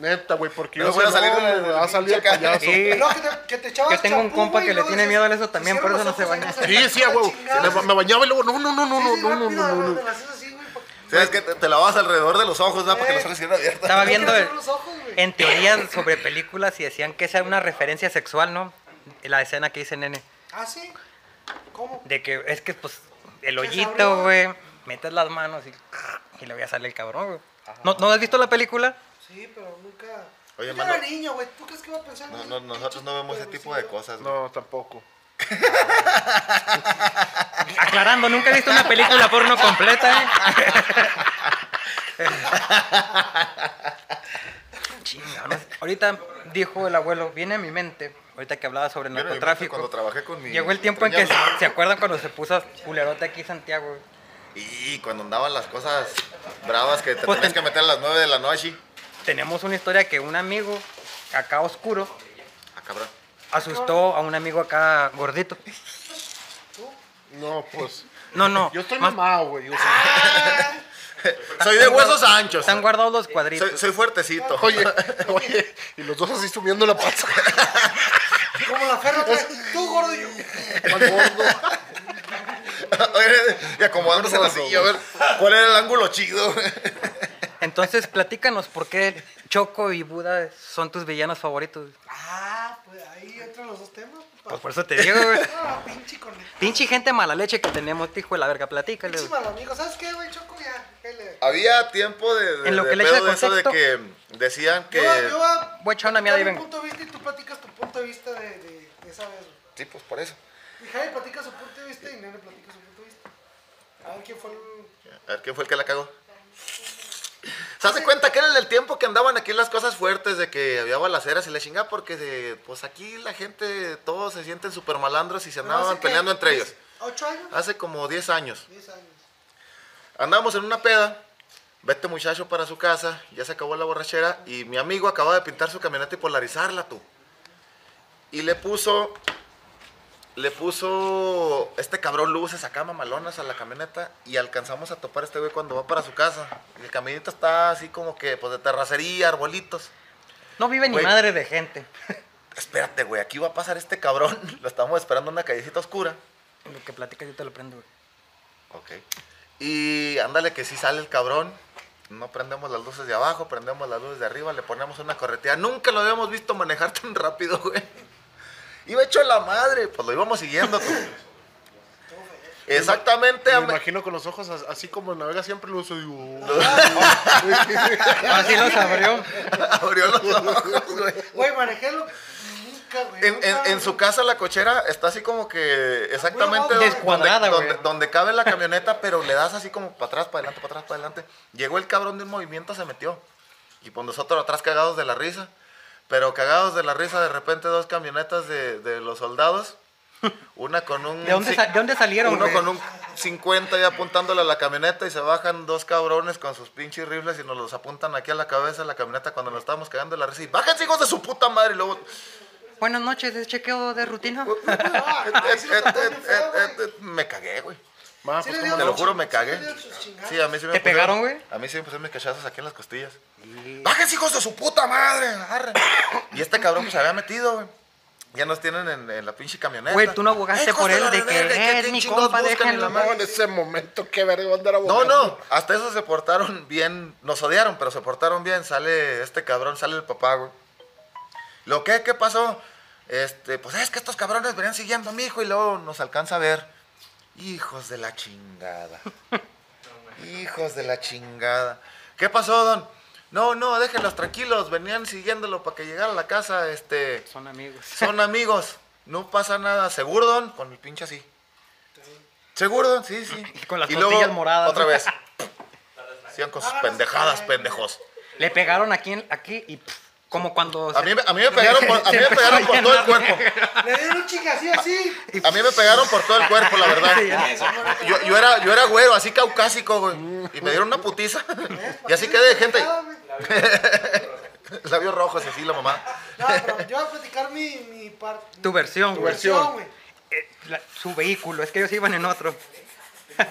D: Neta, güey, porque
A: No
D: yo
A: fuera
D: decía,
A: a salir
D: "No,
A: de la-
D: güey,
A: de la
D: va a salir el
A: pinche caja".
D: payaso.
B: Sí.
C: No, que te, que te echabas
B: Yo tengo un
C: champú,
B: compa
C: güey,
B: Eh, que
C: y
B: le
C: luego
B: tiene
C: dices,
B: miedo a eso también, por
C: cierro
B: eso no
C: los
B: se
C: ojos,
B: baña.
C: ahí está
D: Sí, sí, a huevo.
C: chingada.
D: Le- Me bañaba y luego, no, no, no, no, no,
C: Sí, sí,
D: no, no,
C: rápido,
D: no, no,
C: te
D: no.
C: las haces así, güey, porque-
A: ¿Sabes que te, te la vas alrededor de los ojos, ¿no? Porque
C: Eh.
A: los ojos siguen abiertos.
B: Estaba
C: No
B: viendo
C: quiero
B: el-
C: cerrar los ojos, güey.
B: en teoría sobre películas y decían que esa era una referencia sexual, ¿no? La escena que dice Nene,
C: Ah, sí. ¿Cómo?
B: de que es que pues el
C: Se
B: hoyito,
C: abrió.
B: güey, metes las manos y, y le voy a salir el cabrón, güey. ¿No, ¿No has visto la película?
C: Sí, pero nunca.
A: Oye,
C: Yo era
A: mando-
C: niño, güey. ¿Tú crees que iba a pensar?
A: No,
C: en
A: no,
C: un
A: nosotros
C: pinche
A: no vemos ese tipo de
C: pervertido?
A: cosas. güey.
D: No, tampoco.
B: Aclarando, nunca he visto una película porno completa, ¿eh? Chinga, no sé. ahorita dijo el abuelo, viene a mi mente, ahorita que hablaba sobre el
A: Viene a mi mente
B: narcotráfico.
A: cuando trabajé con mi
B: Llegó el tiempo en que se,
A: cuñado.
B: se acuerdan cuando se puso culerote aquí Santiago.
A: Y cuando andaban las cosas bravas que te
B: Pues
A: tenías
B: ten-
A: que meter a las 9 de la noche.
B: Tenemos una historia que un amigo acá oscuro
A: Ah, cabrón.
B: asustó a un amigo acá gordito.
D: No, pues.
B: No, no.
D: Yo estoy
B: más-
D: mamado, güey. o sea.
A: Soy de huesos anchos.
B: Están guardados los cuadritos.
A: Soy, soy fuertecito.
D: Oye, oye, y los dos así subiendo la panza.
C: Como la ferra trae, tú gordo y yo.
D: Más gordo.
A: Oye, y acomodándose en la silla, a ver cuál era el ángulo chido.
B: Entonces, platícanos por qué Choco y Buda son tus villanos favoritos.
C: Ah, pues ahí entran los dos temas,
B: Pues
C: papá.
B: por eso te digo, güey.
C: Ah, pinche conecta.
B: Pinche gente mala leche que tenemos, hijo de la verga, platícale.
C: Pinche
B: güey.
C: mal amigo. ¿Sabes qué, güey? Choco ya. Dele.
A: Había tiempo de, de,
B: En lo
A: de
B: que le
A: pedo
B: echa
A: de eso de
B: contexto.
A: que decían que...
C: Yo, yo a-
B: Voy a echar una mierda y
C: platicar mi
B: vengo.
C: punto de vista y tú platicas tu punto de vista de, de, de esa vez, güey.
A: Sí, pues por eso.
C: Y Javi platica su punto de vista y Nene platica su punto de vista. A ver quién fue el.
A: A ver, ¿quién fue el que la cagó? ¿Se hace cuenta que era en el tiempo que andaban aquí las cosas fuertes de que había balaceras y la chingada? Porque eh, pues aquí la gente, todos se sienten super malandros y se
C: Pero
A: andaban
C: hace que-
A: peleando entre ellos. Ah.
C: ¿Ocho años?
A: Hace como 10 años.
C: Diez años.
A: Andábamos en una peda, ve este muchacho para su casa, ya se acabó la borrachera y mi amigo acaba de pintar su camioneta y polarizarla tú. Y le puso, le puso este cabrón luces acá mamalonas a la camioneta y alcanzamos a topar a este güey cuando va para su casa. Y el caminito está así como que pues de terracería, arbolitos.
B: No vive ni
A: Güey.
B: madre de gente.
A: Espérate, güey, aquí va a pasar este cabrón. Lo estábamos esperando en una callecita oscura.
B: Lo que platicas yo te lo prendo, güey.
A: Ok. Y ándale que si sale el cabrón. No prendemos las luces de abajo, prendemos las luces de arriba, le ponemos una corretea. Nunca lo habíamos visto manejar tan rápido, güey. Iba hecho la madre, pues lo íbamos siguiendo. tú. Exactamente.
D: Me
A: a me-
D: imagino con los ojos as- así como navega siempre "Uh, luz. Digo,
B: Así Ah, los abrió.
A: Abrió los ojos, güey.
C: Güey, manejé lo nunca, güey.
A: En,
C: nunca-
A: en- en su casa la cochera está así como que exactamente donde,
B: Descuadrada,
A: donde,
B: güey.
A: donde- donde cabe la camioneta, pero le das así como para atrás, para adelante, para atrás, para adelante. Llegó el cabrón de un movimiento, se metió. Y pues nosotros atrás cagados de la risa. Pero cagados de la risa, de repente dos camionetas de, de los soldados. Una con un...
B: ¿De dónde,
A: ci-
B: sa- de dónde salieron,
A: uno
B: güey?
A: con un 50 ya apuntándole a la camioneta y se bajan dos cabrones con sus pinches rifles y nos los apuntan aquí a la cabeza de la camioneta cuando nos estábamos cagando de la risa. Y bájense, hijos de su puta madre. Y luego
B: Buenas noches, es chequeo de rutina.
A: Pues, Uh. Et, et, et, et, et, et, me cagué, güey.
D: Ma,
C: Sí
D: pues,
C: le
D: ¿cómo
A: Te lo
D: no?
A: juro, me cagué.
C: Sí le dieron sus chingadas.
A: Sí, a mí sí me
B: ¿Te
A: pusieron-
B: pegaron, güey?
A: A mí sí me pusieron mis cachazos aquí en las costillas. ¡Bájense, hijos de su puta madre! agarren. Y este cabrón que se había metido, güey. Ya nos tienen en, en la pinche camioneta.
B: Güey, tú no abogaste
A: Hijos
B: por
A: de
B: él,
A: la
B: de que
A: verga, ¿qué-
B: es
A: qué
B: mi
A: chingados
B: compa,
A: buscan en la
B: déjenlo.
A: madre?
D: No, en ese momento, qué verga, andar a
A: No,
D: volar.
A: no, hasta eso se portaron bien. Nos odiaron, pero se portaron bien. Sale este cabrón, sale el papá, güey. ¿Lo que ¿Qué pasó? Este, pues es que estos cabrones venían siguiendo a mi hijo y luego nos alcanza a ver. Hijos de la chingada. Hijos de la chingada. ¿Qué pasó, don? No, no, déjenlos tranquilos. Venían siguiéndolo para que llegara a la casa. Este,
B: Son amigos.
A: son amigos. No pasa nada. ¿Seguro, don? Con el pinche así. ¿Seguro, don? Sí, sí.
B: Y con las costillas moradas.
A: Otra vez. Sigan con sus
C: Háganos
A: pendejadas,
C: caer.
A: pendejos.
B: Le pegaron aquí, en- aquí y pff, como cuando...
A: A
B: se-
A: mí, me- a mí me pegaron por, a mí me
B: Se empezó
A: pegaron
B: a
A: por todo el
B: llenar de-
A: cuerpo.
C: Le dieron un chingacillo así.
A: A mí me pegaron por todo el cuerpo, la verdad. Yo, yo era, yo era güero, así caucásico, güey. Y me dieron una putiza. Y así quedé de gente.
C: Ah, güey.
A: Labios rojos, así la mamá.
C: No, pero yo voy a platicar mi, mi parte.
B: Tu versión,
C: Tu
B: güey.
C: versión, güey.
B: Eh, la- su vehículo, es que ellos iban en otro.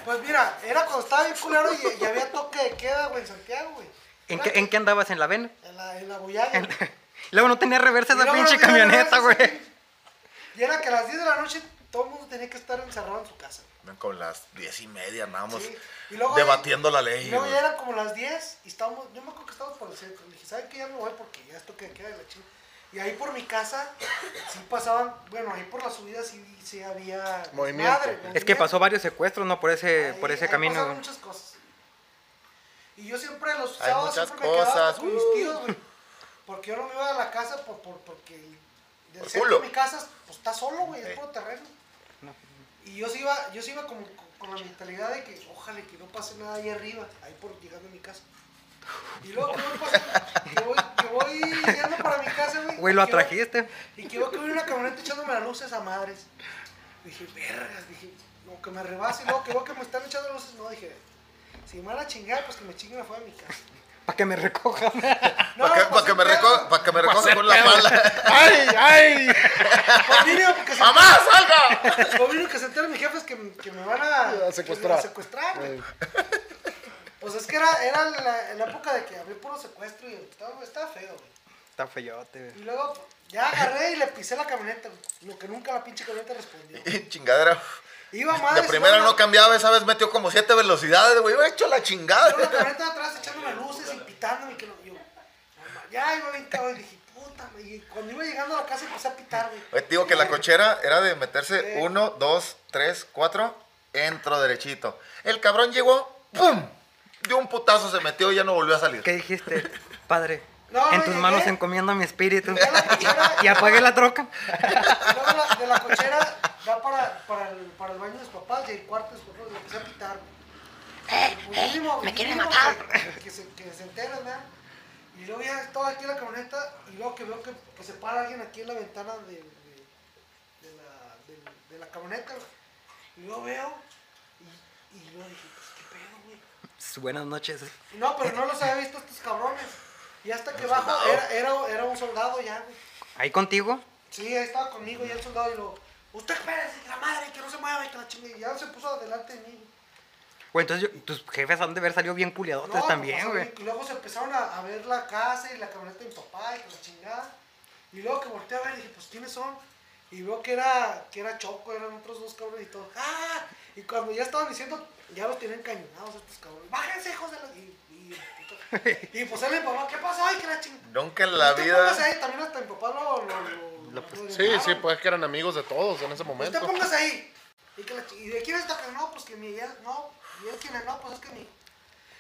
C: Pues mira, era cuando estaba bien culero y, y había toque de queda, güey, en Santiago, güey.
B: ¿En qué, en qué andabas en la vena?
C: En la, en la boyaga.
B: En- Luego no tenía reversa
C: Y
B: esa
C: luego
B: pinche
C: nos dieron
B: camioneta, güey.
C: reversa, sí. Y era que a las 10 de la noche todo el mundo tenía que estar encerrado en su casa.
A: Con las diez y media andábamos
C: Sí. Y luego-
A: debatiendo la ley.
C: Y luego ya
A: güey.
C: eran como las 10 y estábamos, yo me acuerdo que estábamos por el centro. Le dije, ¿saben qué? Ya me voy porque ya esto que queda de la chingada. Y ahí por mi casa sí pasaban, bueno, ahí por la subida sí, sí había...
D: Movimiento.
C: desmadre,
B: Es que
C: movimiento.
B: pasó varios secuestros, ¿no? Por ese,
C: Ahí-
B: por ese
C: ahí
B: camino.
C: pasaron
B: güey.
C: muchas cosas. Y yo siempre los
A: Hay
C: sábados
A: muchas
C: siempre me quedaba
A: cosas.
C: con mis tíos, güey. Porque yo no me iba a la casa por, por- porque del
A: Por
C: centro
A: culo.
C: de mi casa, pues está solo, güey, es
A: Eh.
C: puro terreno.
B: No.
C: Y yo sí iba, yo sí iba como con- con la mentalidad de que ojalá que no pase nada ahí arriba, ahí por llegando a mi casa. Y luego que voy, pasando- que voy, que voy llegando para mi casa, güey.
B: Güey, lo
C: y que voy-
B: atrajiste.
C: Y que iba que hubiera una camioneta echándome las luces a madres. Dije, vergas, dije, no, que me rebase, y luego que veo que me están echando luces. No, dije, si me van a chingar, pues que me chinguen afuera de mi casa.
B: Para que me recojan.
C: No,
A: para que,
C: pues,
A: pa' que me
C: pedo.
A: recoja, para que me recoja con la pala.
D: ¡Ay, ay!
C: Pues mínimo que se,
A: ¡Mamá, salga!
C: pues mínimo que se enteren mis jefes que, que me van a,
D: A secuestrar.
C: que me van a secuestrar, güey. Pues es que era, era la, la época de que había puro secuestro y estaba, estaba feo, güey.
B: Está feyote,
C: Y
B: güey.
C: luego ya agarré y le pisé la camioneta, güey. Lo que nunca la pinche camioneta respondió.
A: Y Chingadera.
C: Iba
A: La
C: madre.
A: primera no cambiaba, esa vez metió como siete velocidades, güey. Hubiera hecho la
C: Pero la
A: chingada.
C: camioneta de atrás echándome luces y pitándome y que no. Yo, no ma- ya iba bien cabrón y dije, puta, güey. Y cuando iba llegando a la casa empecé a pitar, güey.
A: Oye, Pues, te digo que la cochera era de
C: Sí.
A: meterse uno, dos, tres, cuatro, entro derechito. El cabrón llegó, ¡pum! De un putazo se metió y ya no volvió a salir.
B: ¿Qué dijiste? Padre,
C: No,
B: en tus
C: llegué.
B: manos encomiendo mi espíritu.
C: Llegué a la cochera.
B: y apagué la troca.
C: Y luego de la, de la cochera va para, para, el, para el baño de sus papás y el cuarto de sus papás. Le empecé a pitar, güey. Eh, me quieren matar. Que, que se, que se enteren, ¿verdad? Y luego ya estaba aquí la camioneta y luego que veo que, que se para alguien aquí en la ventana de, de, de la, del- de la camioneta, güey. Y luego veo y, y luego dije, pues qué pedo, güey.
B: Pues, Buenas noches.
C: No, pero no los había visto estos cabrones. Y hasta que bajo era, era, era un soldado ya, güey.
B: ¿Ahí contigo?
C: Sí, ahí estaba conmigo ya el soldado y lo. Usted espérese, que la madre, que no se mueva, y que la chingue. Y ya se puso adelante de mí.
B: Güey, entonces yo- tus jefes han de haber salido bien
C: No,
B: culiadotes también,
C: pues,
B: güey.
C: Y luego se empezaron a, a ver la casa y la camioneta de mi papá y que la chingada. Y luego que volteé a ver y dije, pues ¿quiénes son? Y veo que era, que era Choco, eran otros dos cabrones y todo. ¡Ah! Y cuando ya estaban diciendo, ya los tienen cañonados estos cabrones. ¡Bájense, hijos de la. Y, y, y, pues él mi papá, ¿qué pasó? Ay, que la chingada.
A: Nunca en la
C: Usted póngase
A: vida.
C: ahí, también hasta mi papá lo. lo, lo-
B: Lo-
C: lo
D: Sí, sí,
C: dejaron.
D: pues es que eran amigos de todos en ese momento.
C: Usted póngase Pues ahí. Y, que la chi- y de quién está que no, pues que mi ya, no. Y él quien no, pues es que mi.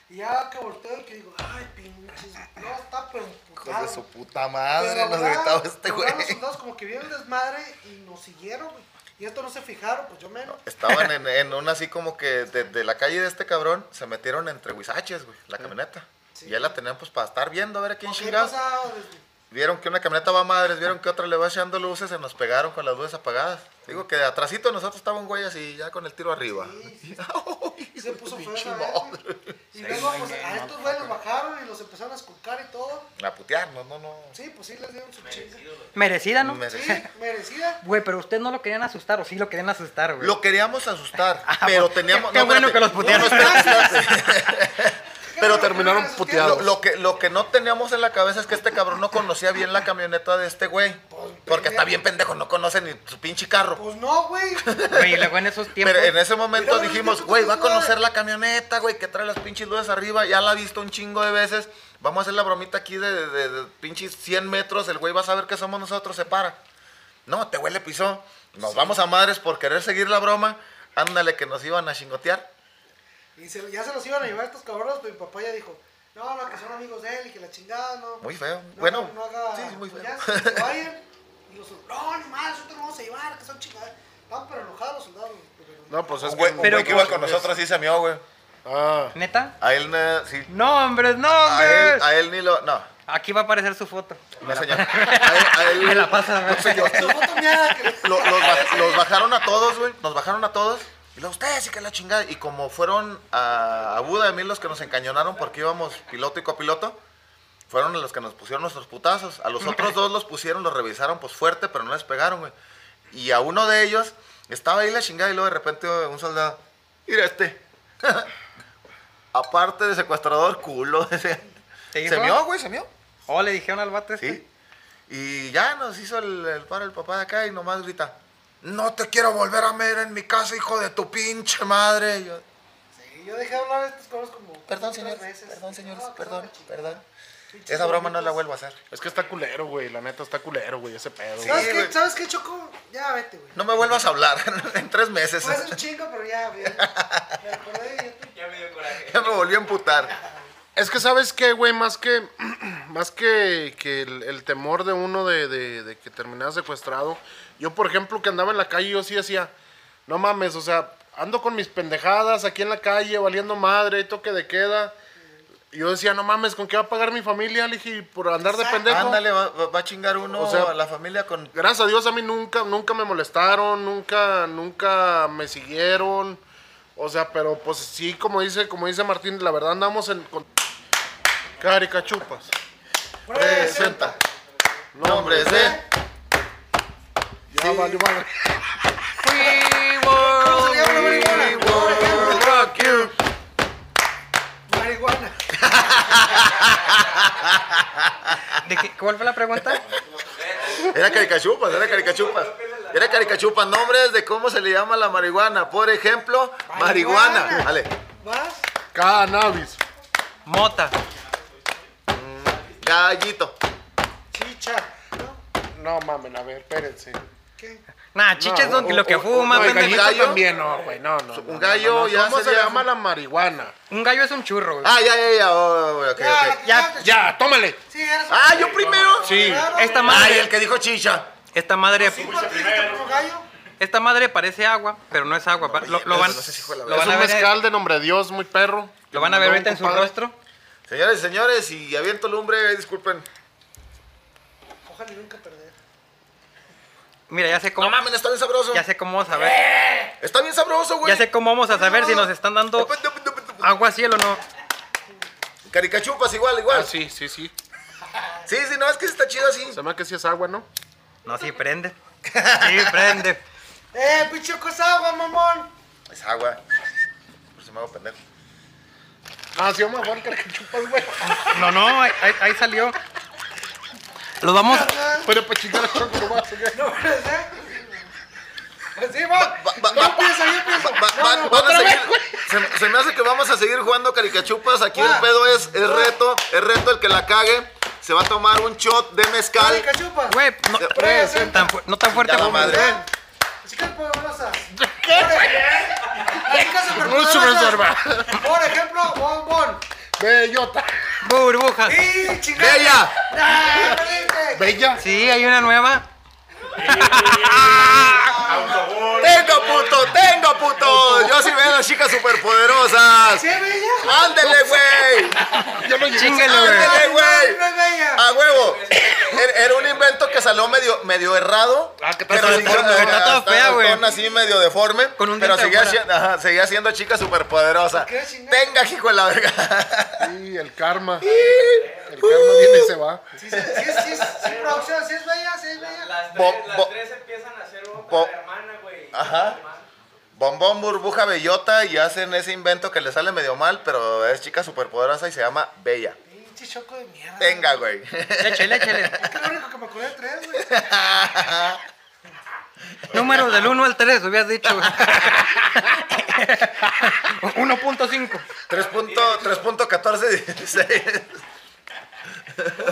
C: Y ya que volteo y que digo, ay, pinches, no está pero
A: Hijos
C: emputado.
A: de su puta
C: Pero
A: madre, nos
C: hablaron-
A: gritaba este güey.
C: hablaron Los soldados como que vieron el desmadre y nos siguieron, güey. Y esto no se fijaron, pues yo menos.
A: Estaban en, en una así como que de, de la calle de este cabrón se metieron entre huizaches, güey, la camioneta.
C: Sí. pues,
A: Y ya la tenían pues para estar viendo a ver a quién
C: Porque ah, he
A: chingados.
C: pasado desde-
A: Vieron que una camioneta va a madres, vieron que otra le va echando luces, se nos pegaron con las luces apagadas. Digo que de atrasito de nosotros estaba un güey así, ya con el tiro arriba.
C: Sí, sí.
A: Ay,
C: se puso feo
A: pinche
C: esa vez, güey.
A: madre.
C: Y
B: Sí,
C: luego
B: muy
C: pues,
B: bien,
C: a
B: ¿no?
C: estos güeyes los bajaron y los empezaron a esculcar y todo.
A: A putear, no, no, no.
C: Sí, pues sí les dieron su chinga.
B: Merecida, ¿no?
A: Me-
C: Sí, merecida.
B: Güey, pero ustedes no lo querían asustar, o sí lo querían asustar, güey.
A: Lo queríamos asustar, pero
B: pues,
A: teníamos...
B: qué- qué bueno que los putearon.
A: espérate, espérate.
D: Pero terminaron
C: Qué bueno que no les
D: puteados.
A: Lo, lo que, lo que no teníamos en la cabeza es que este cabrón no conocía bien la camioneta de este güey.
B: Pues,
A: Porque está bien pendejo, no conoce ni su pinche carro.
C: Pues no, güey.
B: Güey, y luego en esos tiempos.
A: Pero en ese
C: Mira,
A: momento
C: güey,
A: dijimos,
C: ¿qué
A: güey, va a
C: putas
A: conocer
C: madre?
A: la camioneta, güey, que trae las pinches luces arriba, ya la ha visto un chingo de veces. Vamos a hacer la bromita aquí de, de- de pinches 100 metros, el güey va a saber que somos nosotros, se para. No, te güey le pisó. Nos vamos a madres por querer seguir la broma. Ándale, que nos iban a chingotear.
C: Y se- ya se los iban a llevar estos cabrones, pero mi papá ya dijo, no, no, que son amigos de él y que la chingada, no.
A: Muy feo.
C: no,
A: bueno,
C: no haga, pues
A: sí, muy feo.
C: ya, se- se vayan. Y los soldados, no, ni más, nosotros los vamos a llevar, que son chingadas. Estaban pero enojados los soldados. pero-
D: No, pues es
A: Un güey, un
D: que.
B: Pero-
A: güey que iba con nosotros sí se meó, güey.
D: Ah,
B: ¿Neta?
A: A él, eh, sí.
B: No, hombres, no,
A: A él,
B: hombres.
A: a él ni lo. No,
B: Aquí va a aparecer su foto.
A: no señor. A él, a él-
B: Me la pasa, güey.
A: no, señor.
C: Su foto mía, que-
A: Lo- los, ba- los bajaron a todos, güey. Nos bajaron a todos. Y luego ustedes y que la chingada. Y como fueron a, a Buda de mí los que nos encañonaron porque íbamos piloto y copiloto, fueron los que nos pusieron nuestros putazos. A los otros dos los pusieron, los revisaron pues fuerte, pero no les pegaron, güey. Y a uno de ellos estaba ahí la chingada y luego de repente un soldado, mira este. Aparte de secuestrador, culo. decía.
B: ¿Te dijo?
A: Se mió, güey, se mió.
B: Oh, le dijeron al vato este.
A: Sí. Y ya nos hizo el, el paro el papá de acá y nomás grita, no te quiero volver a ver en mi casa, hijo de tu pinche madre. Y yo,
C: Sí, yo dejé de hablar a estos cabrones como
A: perdón,
C: tres
A: señores,
C: veces.
A: perdón,
C: Dije,
A: señores,
C: no, que son
A: perdón,
C: la chingada.
A: perdón.
C: Pinches
A: Esa broma no la
C: bonitos.
A: vuelvo a hacer.
D: es que está culero, güey. La neta está culero, güey, ese pedo.
A: Sí.
D: güey.
C: ¿Sabes qué,
A: güey.
C: ¿Sabes qué, Choco? Ya vete, güey.
A: No pues, me vuelvas a hablar en tres meses.
C: Fue hace un chingo, pero ya, güey. Me acordé y yo te-
A: ya me volví a emputar.
D: Es que, ¿sabes qué, güey? Más que, más que, que el, el temor de uno de, de- de que terminara secuestrado, yo por ejemplo que andaba en la calle, yo sí decía, no mames, o sea, ando con mis pendejadas aquí en la calle, valiendo madre, hay toque de queda. Y Yo decía, no mames, ¿con qué va a pagar mi familia? Le dije, por andar de
C: Exacto.
D: pendejo.
A: Ándale, va, va- va a chingar uno
D: O sea,
A: a la familia con...
D: Gracias a Dios a mí nunca, nunca me molestaron, nunca, nunca me siguieron. O sea, pero pues sí, como dice, como dice Martín, la verdad andamos en con caricachupas.
A: Presenta. Nombres ¿eh? de...
D: Ya valió madre.
B: We
C: ¿Cómo se llama la
B: will,
C: marihuana?
B: we will rock you.
C: Marihuana.
B: ¿De qué- ¿Cuál fue la pregunta?
A: Era caricachupas, era caricachupas. Era caricachupas, nombres de cómo se le llama la marihuana. Por ejemplo, marihuana. Vale.
C: ¿Vas?
D: Cannabis.
B: Mota.
A: Gallito.
C: Chicha. ¿No?
D: No mamen, a ver, espérense.
C: ¿Qué?
B: Nah, chiches
D: No,
B: son
D: o-
B: lo que
D: o-
B: fuma,
D: o el
B: pendejo.
D: gallito
A: gallo.
D: también, no, güey, no, no.
A: Un gallo ya
D: ¿Cómo se
A: sería-
D: llama la marihuana?
B: Un gallo es un churro, güey.
A: Ah, ya, ya, ya. oh, ok, ok.
C: Ya, la que
B: Ya,
C: cantes.
D: Ya, tómale.
C: Sí, eres un-
A: Ah, yo primero.
D: Sí.
C: Claro,
B: Esta
C: güey.
A: Ay,
B: madre,
A: el que dijo chicha.
B: esta madre,
C: Sí,
A: pues,
C: ¿cuál te dijiste por un gallo?
B: esta madre parece agua, pero no es agua. pa- Lo, lo van,
A: No sé si fue la
B: lo
A: verdad.
D: Es
B: van a
D: un
B: ver,
D: mezcal de nombre de Dios muy perro.
B: lo van a ver
D: No,
B: ahorita en su
D: compadre.
B: rostro.
A: Señores y señores, y aviento lumbre, eh, disculpen.
C: Ojalá y nunca perder.
B: Mira, ya sé
A: No
B: cómo,
A: mames, está bien sabroso.
B: ya sé cómo vamos a ver,
A: Está bien sabroso, güey.
B: ya sé Ah. cómo vamos a saber si nos están dando agua cielo o no.
A: Caricachupas igual,
D: Ah,
A: igual. Sí,
D: sí, sí, sí.
A: sí, no, es que sí está chido así.
D: Se me hace que sí es agua, ¿no?
B: No, sí prende, sí prende.
C: Eh, pinche cosa, agua, mamón.
A: Es agua. Por si me hago pendejo.
D: Ah, sí, vamos a jugar caricachupas, güey.
B: No, no, ahí, ahí- ahí salió. Los vamos,
D: Pero para chingar a Choco nomás, ¿o qué?
C: No puede ser. Así va.
A: Va- va-
C: Yo
A: va-
C: pienso, yo pienso.
A: Va- va-
C: No, no,
A: van a
C: otra
A: seguir-
C: vez, güey.
A: se, se me hace que vamos a seguir jugando caricachupas. Aquí el
C: Ah.
A: pedo es, es reto, es reto el que la cague. Se va a tomar un shot de mezcal.
C: Caricachupas.
B: güey, no,
C: Presenta.
B: tan, fu- no tan fuerte.
A: Ya la
B: vamos.
A: madre.
C: Así que pues, poderosas. Así que
D: Mucho reserva.
C: superpoderosas. Por ejemplo, bombón.
D: Bellota.
B: Burbujas.
C: Y chingada.
A: ¡Bella!
C: Ah, valiente.
D: Bella.
B: Sí, hay una nueva.
A: ¡Tengo puto! ¡Tengo puto! Yo sí veo a las chicas superpoderosas.
C: ¿Sí es bella?
A: ¡Ándele, güey!
D: Yo no llegué.
B: Chínguele, güey.
A: ¡Ándele, güey! Ah.
C: No es bella.
A: ¡A huevo! Era- Era un invento que salió medio, medio errado.
D: Ah, que está
A: pero
D: así,
A: así,
D: está
A: ajá,
B: toda
A: está
B: fea, güey.
A: ratón así medio deforme.
B: Con un
A: pero
B: diente
A: seguía,
B: afuera.
A: siendo- ajá, seguía siendo chica superpoderosa.
C: ¿Qué chingada?
A: Tenga, hijo de la verga.
D: Sí, el karma. El karma viene y se va.
C: Sí, sí, sí, sí, sí, sí, producción, sí es bella, sí es bella.
E: Las
A: Bo-
E: tres,
A: bo-
E: las tres empiezan a hacer bomba
A: bo-
E: la hermana, güey.
A: Ajá. Bombón, burbuja, bellota y hacen ese invento que le sale medio mal, pero es chica superpoderosa y se llama Bella.
C: Pinche choco de mierda.
A: Tenga, güey.
B: Échale, échale.
C: Es que lo único que me acordé de tres, güey.
B: Números del 1 al 3, hubieras dicho. 1.5.
A: 3.1416.
C: Uy,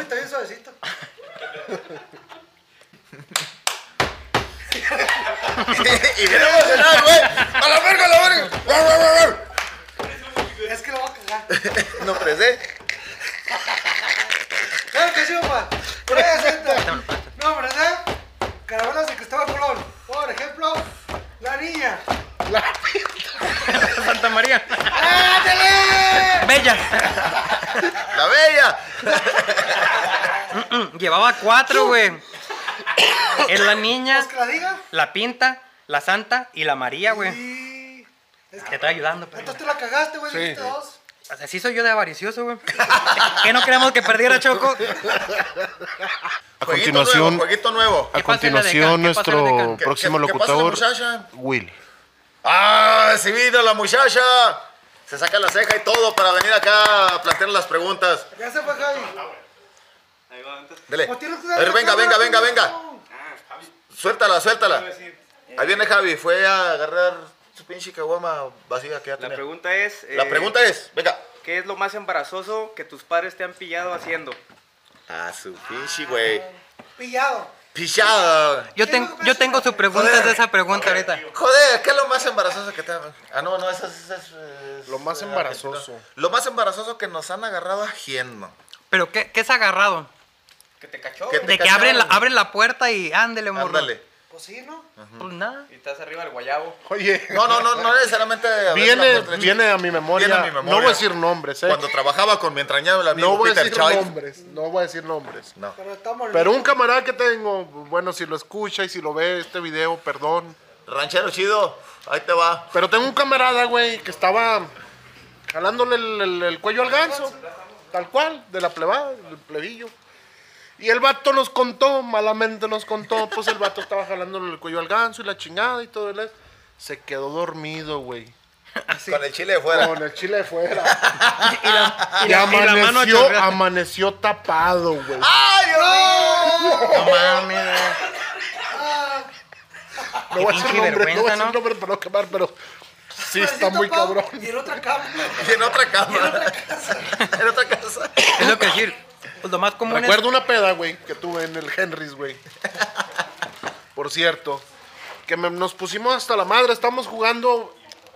C: está bien suavecito.
A: y viene emocionado, güey. A la verga, a la verga. Guau, guau, guau, guau.
C: Es que lo voy a cagar.
A: No ¿eh? presé.
C: Claro que sí, papá. Presenta. Nombre de Carabelas ¿eh? de Cristóbal Colón. Por ejemplo, la niña. Pues
B: Santa María.
C: ¡Ándale!
B: Bella.
A: La bella.
B: Mm, Llevaba cuatro, güey. Es la niña,
C: ¿Quieres que la diga?
B: la pinta, la santa y la María, güey.
C: Sí. Es
B: Te
C: que...
B: estoy ayudando, pero.
C: Entonces tú la cagaste, güey.
D: Sí.
C: Dijiste dos.
B: Así soy yo de avaricioso, güey. Que no queremos que perdiera Choco.
A: A
F: continuación-
A: Jueguito nuevo.
F: A
B: ¿Qué pasa en la de
F: continuación,
B: Can? ¿Qué pasa en la de Can?
F: nuestro
B: ¿Qué-
F: próximo
A: qué- qué pasa en la
F: locutor,
A: muchacha?
F: Willy.
A: Ah, si vino la muchacha. Se saca la ceja y todo para venir acá a plantear las preguntas.
C: Ya se fue Javi.
E: Ahí va, entonces.
A: Dele.
C: Pues tienes que
A: A ver, venga, venga, venga, venga.
E: Ah, Javi.
A: Suéltala, suéltala.
E: decir,
A: Ahí viene Javi. Fue a agarrar su pinche caguama vacía que ya
E: La
A: tenía.
E: pregunta es.
A: La
E: eh,
A: pregunta es, venga.
E: ¿Qué es lo más embarazoso que tus padres te han pillado haciendo?
A: A su pinche, güey.
C: Pillado.
A: Pichada.
B: Yo, ten- yo tengo su pregunta de esa pregunta ahorita.
A: Joder, ¿qué es lo más embarazoso que te ha... Ah, no, no, eso es... eso es- es-
D: Lo más
A: eh,
D: embarazoso.
A: Lo más embarazoso que nos han agarrado a Giendo.
B: Pero ¿qué, qué es agarrado?
E: Que te cachó.
A: Que te
E: güey.
B: Oh, De que abren la,
A: cacharon.
B: abren la puerta y ándele, morro.
A: Ándale.
C: Pues sí, ¿no?
B: Pues nada.
E: Y estás arriba del guayabo.
D: Oye,
A: No, no, no, no necesariamente. a veces la
D: viene,
A: muestra-
D: viene a mi memoria.
A: Viene a mi memoria.
D: No voy a decir nombres, eh.
A: Cuando trabajaba con mi entrañable amigo
D: no voy a
A: Peter
D: decir
A: Child.
D: nombres. No voy a decir nombres.
A: No.
C: Pero estamos
D: Pero un camarada que tengo, bueno, si lo escucha y si lo ve este video, perdón.
A: Ranchero chido, ahí te va.
D: Pero tengo un camarada, güey, que estaba jalándole el, el- el cuello al ganso. Tal cual, de la plebada, del plebillo. Y el vato nos contó, malamente nos contó, pues el vato estaba jalándole el cuello al ganso y la chingada y todo el... Se quedó dormido, güey.
A: Con el chile de fuera.
D: Con el chile de fuera.
B: Y la,
D: Y,
B: y la- y la mano
D: amaneció,
B: chorreada.
D: amaneció tapado, güey.
A: ¡Ay, no!
B: No mames. güey.
D: no voy a
B: pinche
D: decir nombre, no voy a
B: vergüenza,
D: decir
B: ¿no?
D: nombre para no quemar, pero sí está muy cabrón.
C: Y en otra cama.
A: Y en otra cama. En otra casa. en otra casa.
B: Es lo que decir. Pues lo más común
D: Recuerdo una peda, güey, que tuve en el Henry's, güey. Por cierto, que me- nos pusimos hasta la madre. Estamos jugando,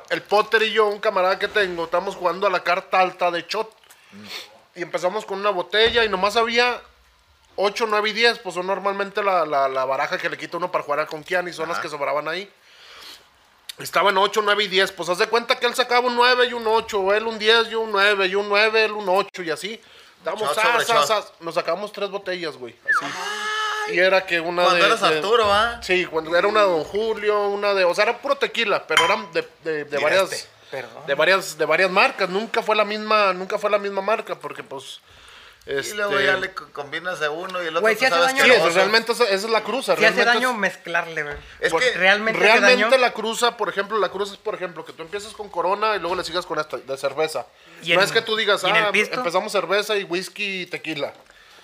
D: el Potter y yo, un camarada que tengo, estamos jugando a la carta alta de shot. Y empezamos con una botella y nomás había 8, 9 y 10, pues son normalmente la, la- la baraja que le quita uno para jugar con Kian y son las que sobraban ahí. Estaban 8, 9 y 10, pues haz de cuenta que él sacaba un 9 y un 8, él un 10 y un 9, y un 9, él un 8 y así. Estábamos,
A: Shot sobre
D: as, as,
A: shot.
D: as. nos sacamos tres botellas, güey, así. Y era que una
A: Cuando
D: de...
A: eras
D: de-
A: Arturo, ¿ah?
D: Sí, cuando era una de Don Julio, una de... O sea, era puro tequila, pero eran de, de- de varias...
B: Perdón.
D: De varias, de varias marcas, nunca fue la misma, nunca fue la misma marca, porque pues...
A: Y
D: este,
A: luego ya le co- combinas de uno y el otro
B: Güey,
A: tú
B: sí hace
A: sabes
B: daño
A: que no
B: lo
D: Sí, eso,
A: vas a-
D: realmente esa, esa es la cruza.
B: Si hace
D: realmente
B: daño
D: es-
B: mezclarle, güey.
A: Es
B: Porque
A: que
B: realmente, hace
D: Realmente
B: daño.
D: la cruza, por ejemplo, la cruza es, por ejemplo, que tú empiezas con corona y luego le sigas con esta de cerveza.
B: Y
D: no
B: en-
D: es que tú digas,
B: y en el
D: ah,
B: pisto".
D: empezamos cerveza y whisky y tequila.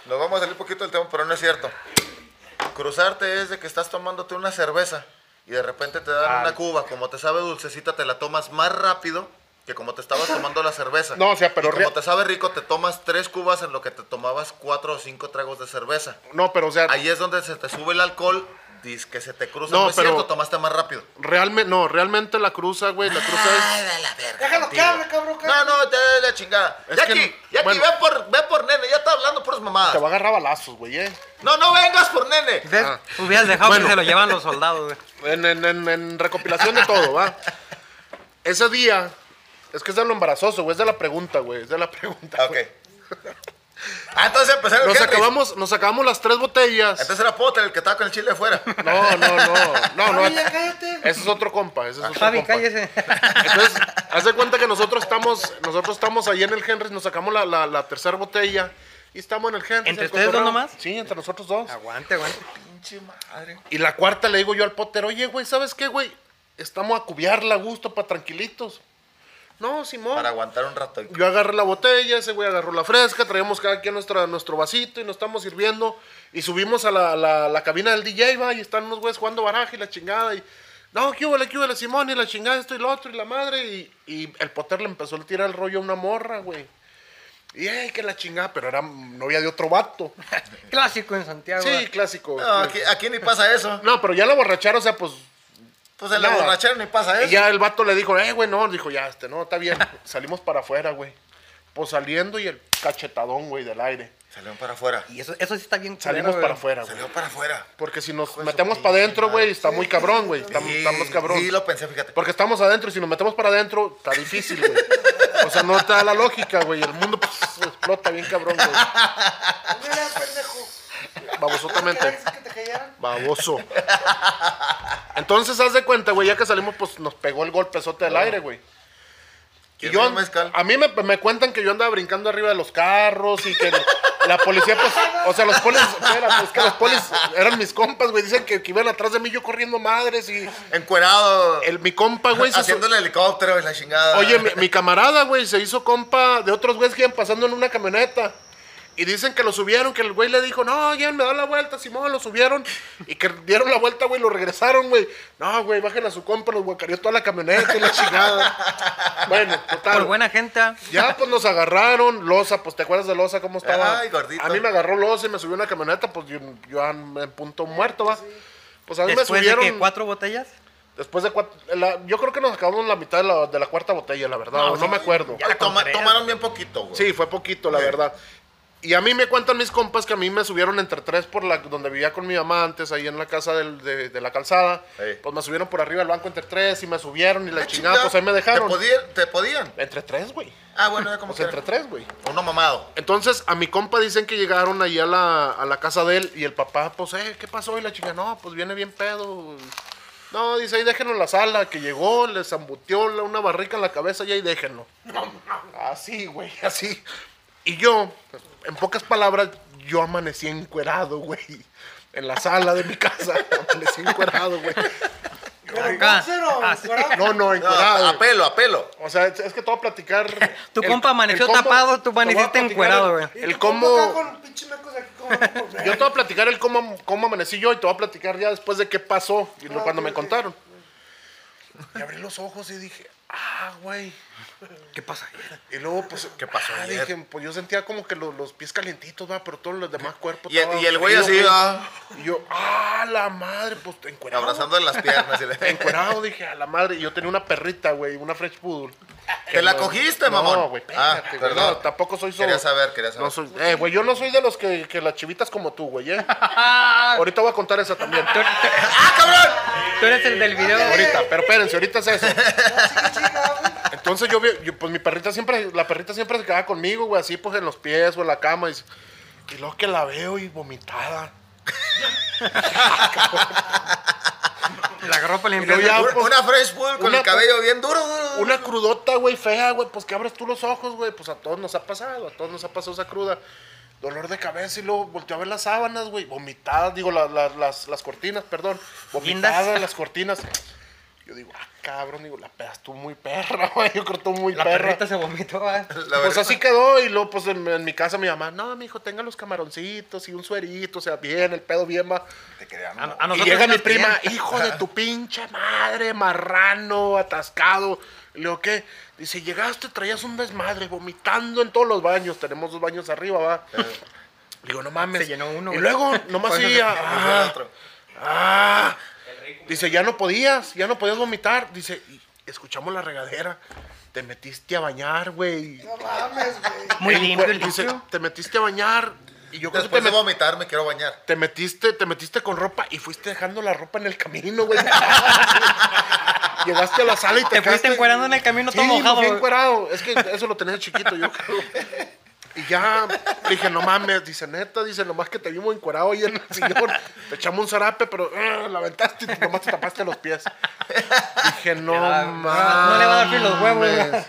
A: Nos vamos a salir poquito del tema, pero no es cierto. Cruzarte es de que estás tomándote una cerveza y de repente te dan una cuba. Como te sabe dulcecita, te la tomas más rápido que como te estabas tomando la cerveza.
D: No, o sea, pero
A: Y como
D: rea-
A: te sabe rico, te tomas tres cubas en lo que te tomabas cuatro o cinco tragos de cerveza.
D: No, pero o sea,
A: Ahí es donde se te sube el alcohol, dice que se te cruza.
D: No,
A: No, es
D: pero-
A: cierto, tomaste más rápido.
D: realmente, no, realmente la cruza, güey, la cruza es...
A: de la verga.
C: Déjalo que
A: contigo.
C: hable, cabrón. que
A: No,
C: hable.
A: no, te de la chingada.
D: Es
A: ya
D: que
A: aquí,
D: no-
A: ya aquí,
D: bueno.
A: ve por, ve por nene, ya está hablando por
B: Ah.
A: mamadas.
D: Te va a agarrar a balazos, güey, eh.
A: No, no vengas por nene.
B: ¿Ves?
D: Ah.
B: Hubieras dejado
D: Bueno.
B: que se lo llevan los soldados, güey.
D: En, en- en- en recopilación de todo, ¿va? Ese día, es que es de lo embarazoso, güey, es de la pregunta, güey, es de la pregunta.
A: Ah, ok. Ah, entonces empezaron
D: Nos
A: Henrys.
D: acabamos, nos acabamos las tres botellas.
A: Entonces era Potter el que estaba con el chile afuera.
D: No, no, no, no, no.
C: Fabi, ya cállate.
D: Ese es otro compa, ese es otro
B: Fabi,
D: compa.
B: cállese.
D: Entonces, haz de cuenta que nosotros estamos, nosotros estamos ahí en el Henry, nos sacamos la, la, la tercera botella y estamos en el Henry.
B: ¿Entre ustedes dos nomás?
D: Sí, entre nosotros dos.
B: Aguante, aguante.
D: Y la cuarta le digo yo al Potter, oye, güey, ¿sabes qué, güey? Estamos a cubiarla a gusto, para tranquilitos. No, Simón.
A: Para aguantar un rato.
D: Yo agarré la botella, ese güey agarró la fresca, traíamos cada quien nuestra, nuestro vasito y nos estamos sirviendo. Y subimos a la, la- la cabina del DJ, va, y están unos güeyes jugando baraja y la chingada. Y, no, qué huele, qué huele, Simón, y la chingada, esto y lo otro, y la madre. Y, y el poter le empezó a tirar el rollo a una morra, güey. Y, ey, que la chingada, pero era novia de otro vato.
B: Clásico en Santiago.
D: Sí,
B: güey.
D: clásico.
A: No, aquí, aquí ni pasa eso.
D: No, pero ya la borrachera, o sea, pues.
A: Pues en la
D: Nada.
A: borrachera ni pasa
D: Y
A: eso.
D: ya el vato le dijo, eh, güey, no, dijo, ya, este, no, está bien. Salimos para afuera, güey. Pues saliendo y el cachetadón, güey, del aire.
A: Salieron para afuera.
B: Y eso, eso sí está bien culero,
D: Salimos
B: güey.
D: para afuera, güey.
A: Salieron para afuera.
D: Porque si nos metemos para adentro, güey, está muy cabrón, güey. Estamos,
A: Sí,
D: estamos cabrón.
A: Sí, lo pensé, fíjate.
D: Porque estamos adentro y si nos metemos para adentro, está difícil, güey. O sea, no está la lógica, güey. El mundo pues, explota bien cabrón, güey.
C: Mira, pendejo.
D: Babosotamente.
C: ¿Querías que te callaran?
D: Baboso. Entonces, haz de cuenta, güey, ya que salimos, pues nos pegó el golpezote del aire, güey. Y
A: ¿Quieres
D: yo,
A: un mezcal?
D: a mí me, me cuentan que yo andaba brincando arriba de los carros y que la policía, pues, o sea, los polis, espérate, es que los polis eran mis compas, güey, dicen que, que iban atrás de mí yo corriendo madres y
A: Encuerado.
D: el, mi compa, güey, se hizo-
A: haciendo el helicóptero y la chingada.
D: Oye, mi, mi camarada, güey, se hizo compa de otros güeyes que iban pasando en una camioneta. Y dicen que lo subieron, que el güey le dijo, no, ya me da la vuelta, Simón, lo subieron. Y que dieron la vuelta, güey, lo regresaron, güey. No, güey, bajen a su compa, los guacarió toda la camioneta y la chingada. bueno, total.
B: Por buena gente. ah.
D: Ya, pues nos agarraron. Losa, pues te acuerdas de Losa, cómo estaba.
A: Ay, gordito.
D: A mí me agarró Losa y me subió una camioneta, pues yo, yo en en punto muerto, va. Pues a mí me
B: Después de
D: subieron.
B: que cuatro botellas.
D: Después de cuatro. la- yo creo que nos acabamos la mitad de la, de la cuarta botella, la verdad. No, no me acuerdo.
A: Ay, toma- tomaron bien poquito, güey.
D: Sí, fue poquito, la
A: Ok.
D: verdad. Y a mí me cuentan mis compas que a mí me subieron entre tres por la donde vivía con mi mamá antes, ahí en la casa del- de, de la calzada.
A: Ey.
D: Pues me subieron por arriba del banco entre tres y me subieron y la
A: Ah,
D: chingada,
A: chingada,
D: pues ahí me dejaron.
A: ¿Te, podían- te podían?
D: Entre tres, güey.
A: Ah, bueno, ya como
D: Pues entre
A: que.
D: tres, güey.
A: Uno mamado.
D: Entonces, a mi compa dicen que llegaron ahí a la, a la casa de él y el papá, pues, eh, ¿qué pasó? Y la chica, no, pues viene bien pedo. No, dice, ahí déjenlo en la sala, que llegó, le zambuteó la- una barrica en la cabeza y ahí déjenlo. Así, güey, así. Y yo, en pocas palabras, yo amanecí encuerado, güey. En la sala de mi casa, amanecí encuerado, güey.
C: Pero
B: Acá.
C: entonces, no,
B: Ah, sí.
C: fuera-
D: No, no,
A: No,
D: encuerado.
A: Ah, a pelo, a pelo.
D: O sea, es, es que todo platicar.
B: Tu compa amaneció tapado, tú
D: te voy a
B: amaneciste
D: platicar
B: encuerado,
D: el-
B: güey.
C: Y
D: El
C: tu compa acá
D: cómo.
C: Con pinche mecos aquí, como- pues,
D: Yo te voy a platicar el cómo, cómo amanecí yo y te voy a platicar ya después de qué pasó y lo-
C: Ah,
D: cuando
C: ok,
D: me
C: ok.
D: contaron. Y abrí los ojos y dije, ah, güey.
B: ¿Qué pasa?
D: Y luego, pues,
A: ¿Qué pasó
D: ah,
A: ayer?
D: dije, pues yo sentía como que lo- los, pies calientitos, va, pero todos los demás cuerpos.
A: Y el-
D: estaban
A: y el güey
D: fríos,
A: así,
D: güey.
A: ah.
D: Y yo, ah, la madre, pues, encuerado.
A: Abrazando las piernas. y le-
D: Encuerado, dije, a la madre. Y yo tenía una perrita, güey, una French Poodle.
A: ¿Te la cogiste, mamón?
D: No, güey,
A: Ah,
D: espérate, güey,
A: perdón.
D: no, tampoco soy solo.
A: Quería saber, quería saber.
D: No soy, eh, güey, yo no soy de los que, que las chivitas como tú, güey, eh. Ahorita voy a contar esa también.
B: Tú, tú-
A: ¡Ah, cabrón!
B: tú eres el del video.
D: Ahorita, pero espérense, ahorita es eso.
C: Ah, sí, chica, güey.
D: Entonces yo, vi, yo, pues mi perrita siempre, la perrita siempre se quedaba conmigo, güey, así pues en los pies o en la cama. Y, y luego que la veo y vomitada.
B: La agarró para
D: Y luego ya,
B: limpiar.
A: Una-
D: pues,
A: Una fresh bull con
D: una-
A: el cabello bien duro. duro.
D: Una crudota, güey, fea, güey, pues que abres tú los ojos, güey, pues a todos nos ha pasado, a todos nos ha pasado esa cruda. Dolor de cabeza y luego volteó a ver las sábanas, güey, vomitadas, digo, la- la- las, las cortinas, perdón, vomitadas
B: Guindas.
D: las cortinas. Yo digo, ah, cabrón, digo, la pedas tú muy perra, güey, yo creo tú muy
B: La
D: perra.
B: perrita se vomitó. ah.
A: La
D: pues
A: verdad.
D: así quedó y luego pues en, en mi casa mi mamá, no, mijo, tenga los camaroncitos y un suerito, o sea, bien, el pedo bien va.
A: Te crean,
B: A-
A: Ah, ¿no?
B: a
D: Y
B: nosotros
D: llega mi
B: nos
D: prima,
B: piden.
D: hijo de tu pinche madre, marrano, atascado. Le digo, ¿qué? Dice, llegaste, traías un desmadre, vomitando en todos los baños. Tenemos dos baños arriba, va. Le digo, no mames.
B: Eh. Se llenó uno,
D: Y
B: güey.
D: luego, nomás
B: Bueno,
D: sí,
B: no,
D: ah,
A: el otro.
D: ah. Dice, ya no podías, ya no podías vomitar. Dice, y escuchamos la regadera. Te metiste a bañar, güey.
C: No mames, güey.
B: Muy
D: Eh,
B: limpio,
D: güey, dice,
B: limpio.
D: te metiste a bañar. Y yo creo que te
A: Después de
D: metiste
A: vomitar, me quiero bañar.
D: te metiste, te metiste con ropa y fuiste dejando la ropa en el camino, güey. Llegaste a la sala y te
B: Te fuiste
D: quedaste-
B: encuerando en el camino, todo
D: Sí, me
B: mojado,
D: fui
B: güey.
D: encuerado. Es que eso lo tenía chiquito, yo creo. Y ya le dije, no mames, dice neta, dice, nomás que te vimos encuerado ahí en el sillón. Te echamos un zarape, pero eh, la aventaste y nomás te tapaste los pies. Dije, no
B: va-
D: mames.
B: no- no le va a dar frío los huevos, güey.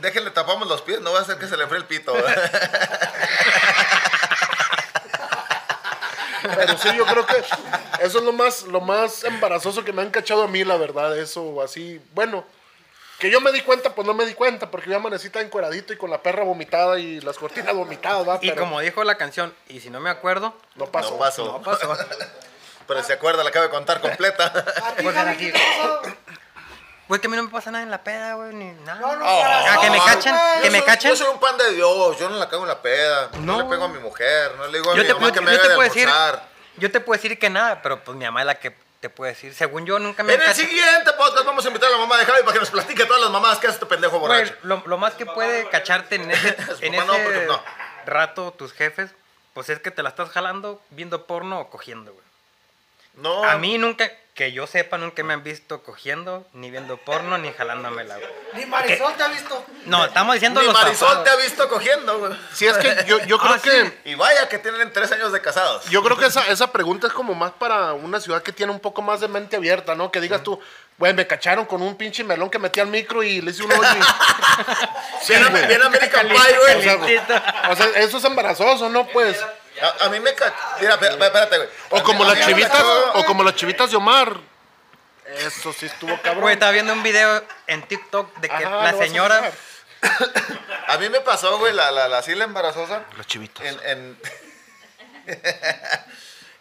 A: Déjenle tapamos los pies, no va a hacer que se le enfríe el pito.
D: Pero sí, yo creo que eso es lo más, lo más embarazoso que me han cachado a mí, la verdad. Eso, así, bueno. Que yo me di cuenta, pues no me di cuenta, porque yo amanecí tan encueradito y con la perra vomitada y las cortinas vomitadas, ¿va?
B: Y
D: Pero
B: como dijo la canción, y si no me acuerdo, pues,
D: no pasó.
A: No pasó.
B: no pasó.
A: Pero se acuerda, la acabo de contar completa.
C: A ti,
B: Pues,
C: Javi,
B: aquí.
C: ¿qué te ha pasado?
B: Güey, que a mí no me pasa nada en la peda, güey, ni nada.
C: No, no,
A: Oh.
C: para-
B: Ah, que me
C: no,
B: cachen,
C: güey.
B: que me
A: Yo soy-
B: cachen.
A: Yo soy un pan de Dios, yo no la cago en la peda. No,
B: No.
A: le pego a mi mujer, no le digo a
B: Yo
A: mi
B: te,
A: mamá
B: puedo,
A: que me
B: yo
A: haga
B: te
A: de
B: puedo decir,
A: almorzar.
B: yo te puedo decir que nada, pero pues mi mamá es la que te puede decir. Según yo, nunca me
A: En el
B: cacha.
A: siguiente podcast vamos a invitar a la mamá de Javi para que nos platique todas las mamás que hace este pendejo
B: Güey,
A: borracho.
B: lo, lo más que puede cacharte en ese,
A: Su
B: en
A: papá no, porque
B: ese
A: no.
B: rato tus jefes, pues es que te la estás jalando viendo porno o cogiendo, güey.
A: No.
B: A mí nunca, que yo sepa, nunca me han visto cogiendo, ni viendo porno, ni jalándomela, güey.
C: Ni Marisol te ha visto.
B: No, estamos diciendo
A: Ni
B: los
A: Marisol
B: pasados.
A: te ha visto cogiendo, güey.
D: Sí, es que yo, yo creo
B: Ah, sí.
D: que.
A: Y vaya que tienen tres años de casados.
D: Yo creo que esa, esa pregunta es como más para una ciudad que tiene un poco más de mente abierta, ¿no? Que digas tú, güey, me cacharon con un pinche melón que metí al micro y le hice un hoyo. y-
A: Bien,
D: Sí, güey.
A: bien American Pie, güey.
D: O sea, güey, o sea, eso es embarazoso, ¿no? Pues.
A: A, a mí me ca... Mira, espé- espérate, güey. A
D: O
A: mí-
D: como
A: a mí
D: las
A: me
D: chivitas,
A: cachó-
D: o como las chivitas de Omar. Eso sí
C: Eh,
D: estuvo cabrón.
B: Güey, estaba viendo un video en TikTok de que
D: Ajá,
B: la
D: lo vas a
B: señora...
D: sacar.
A: A mí me pasó, güey, la, la, la sí la embarazosa.
D: Las chivitas.
A: En, en-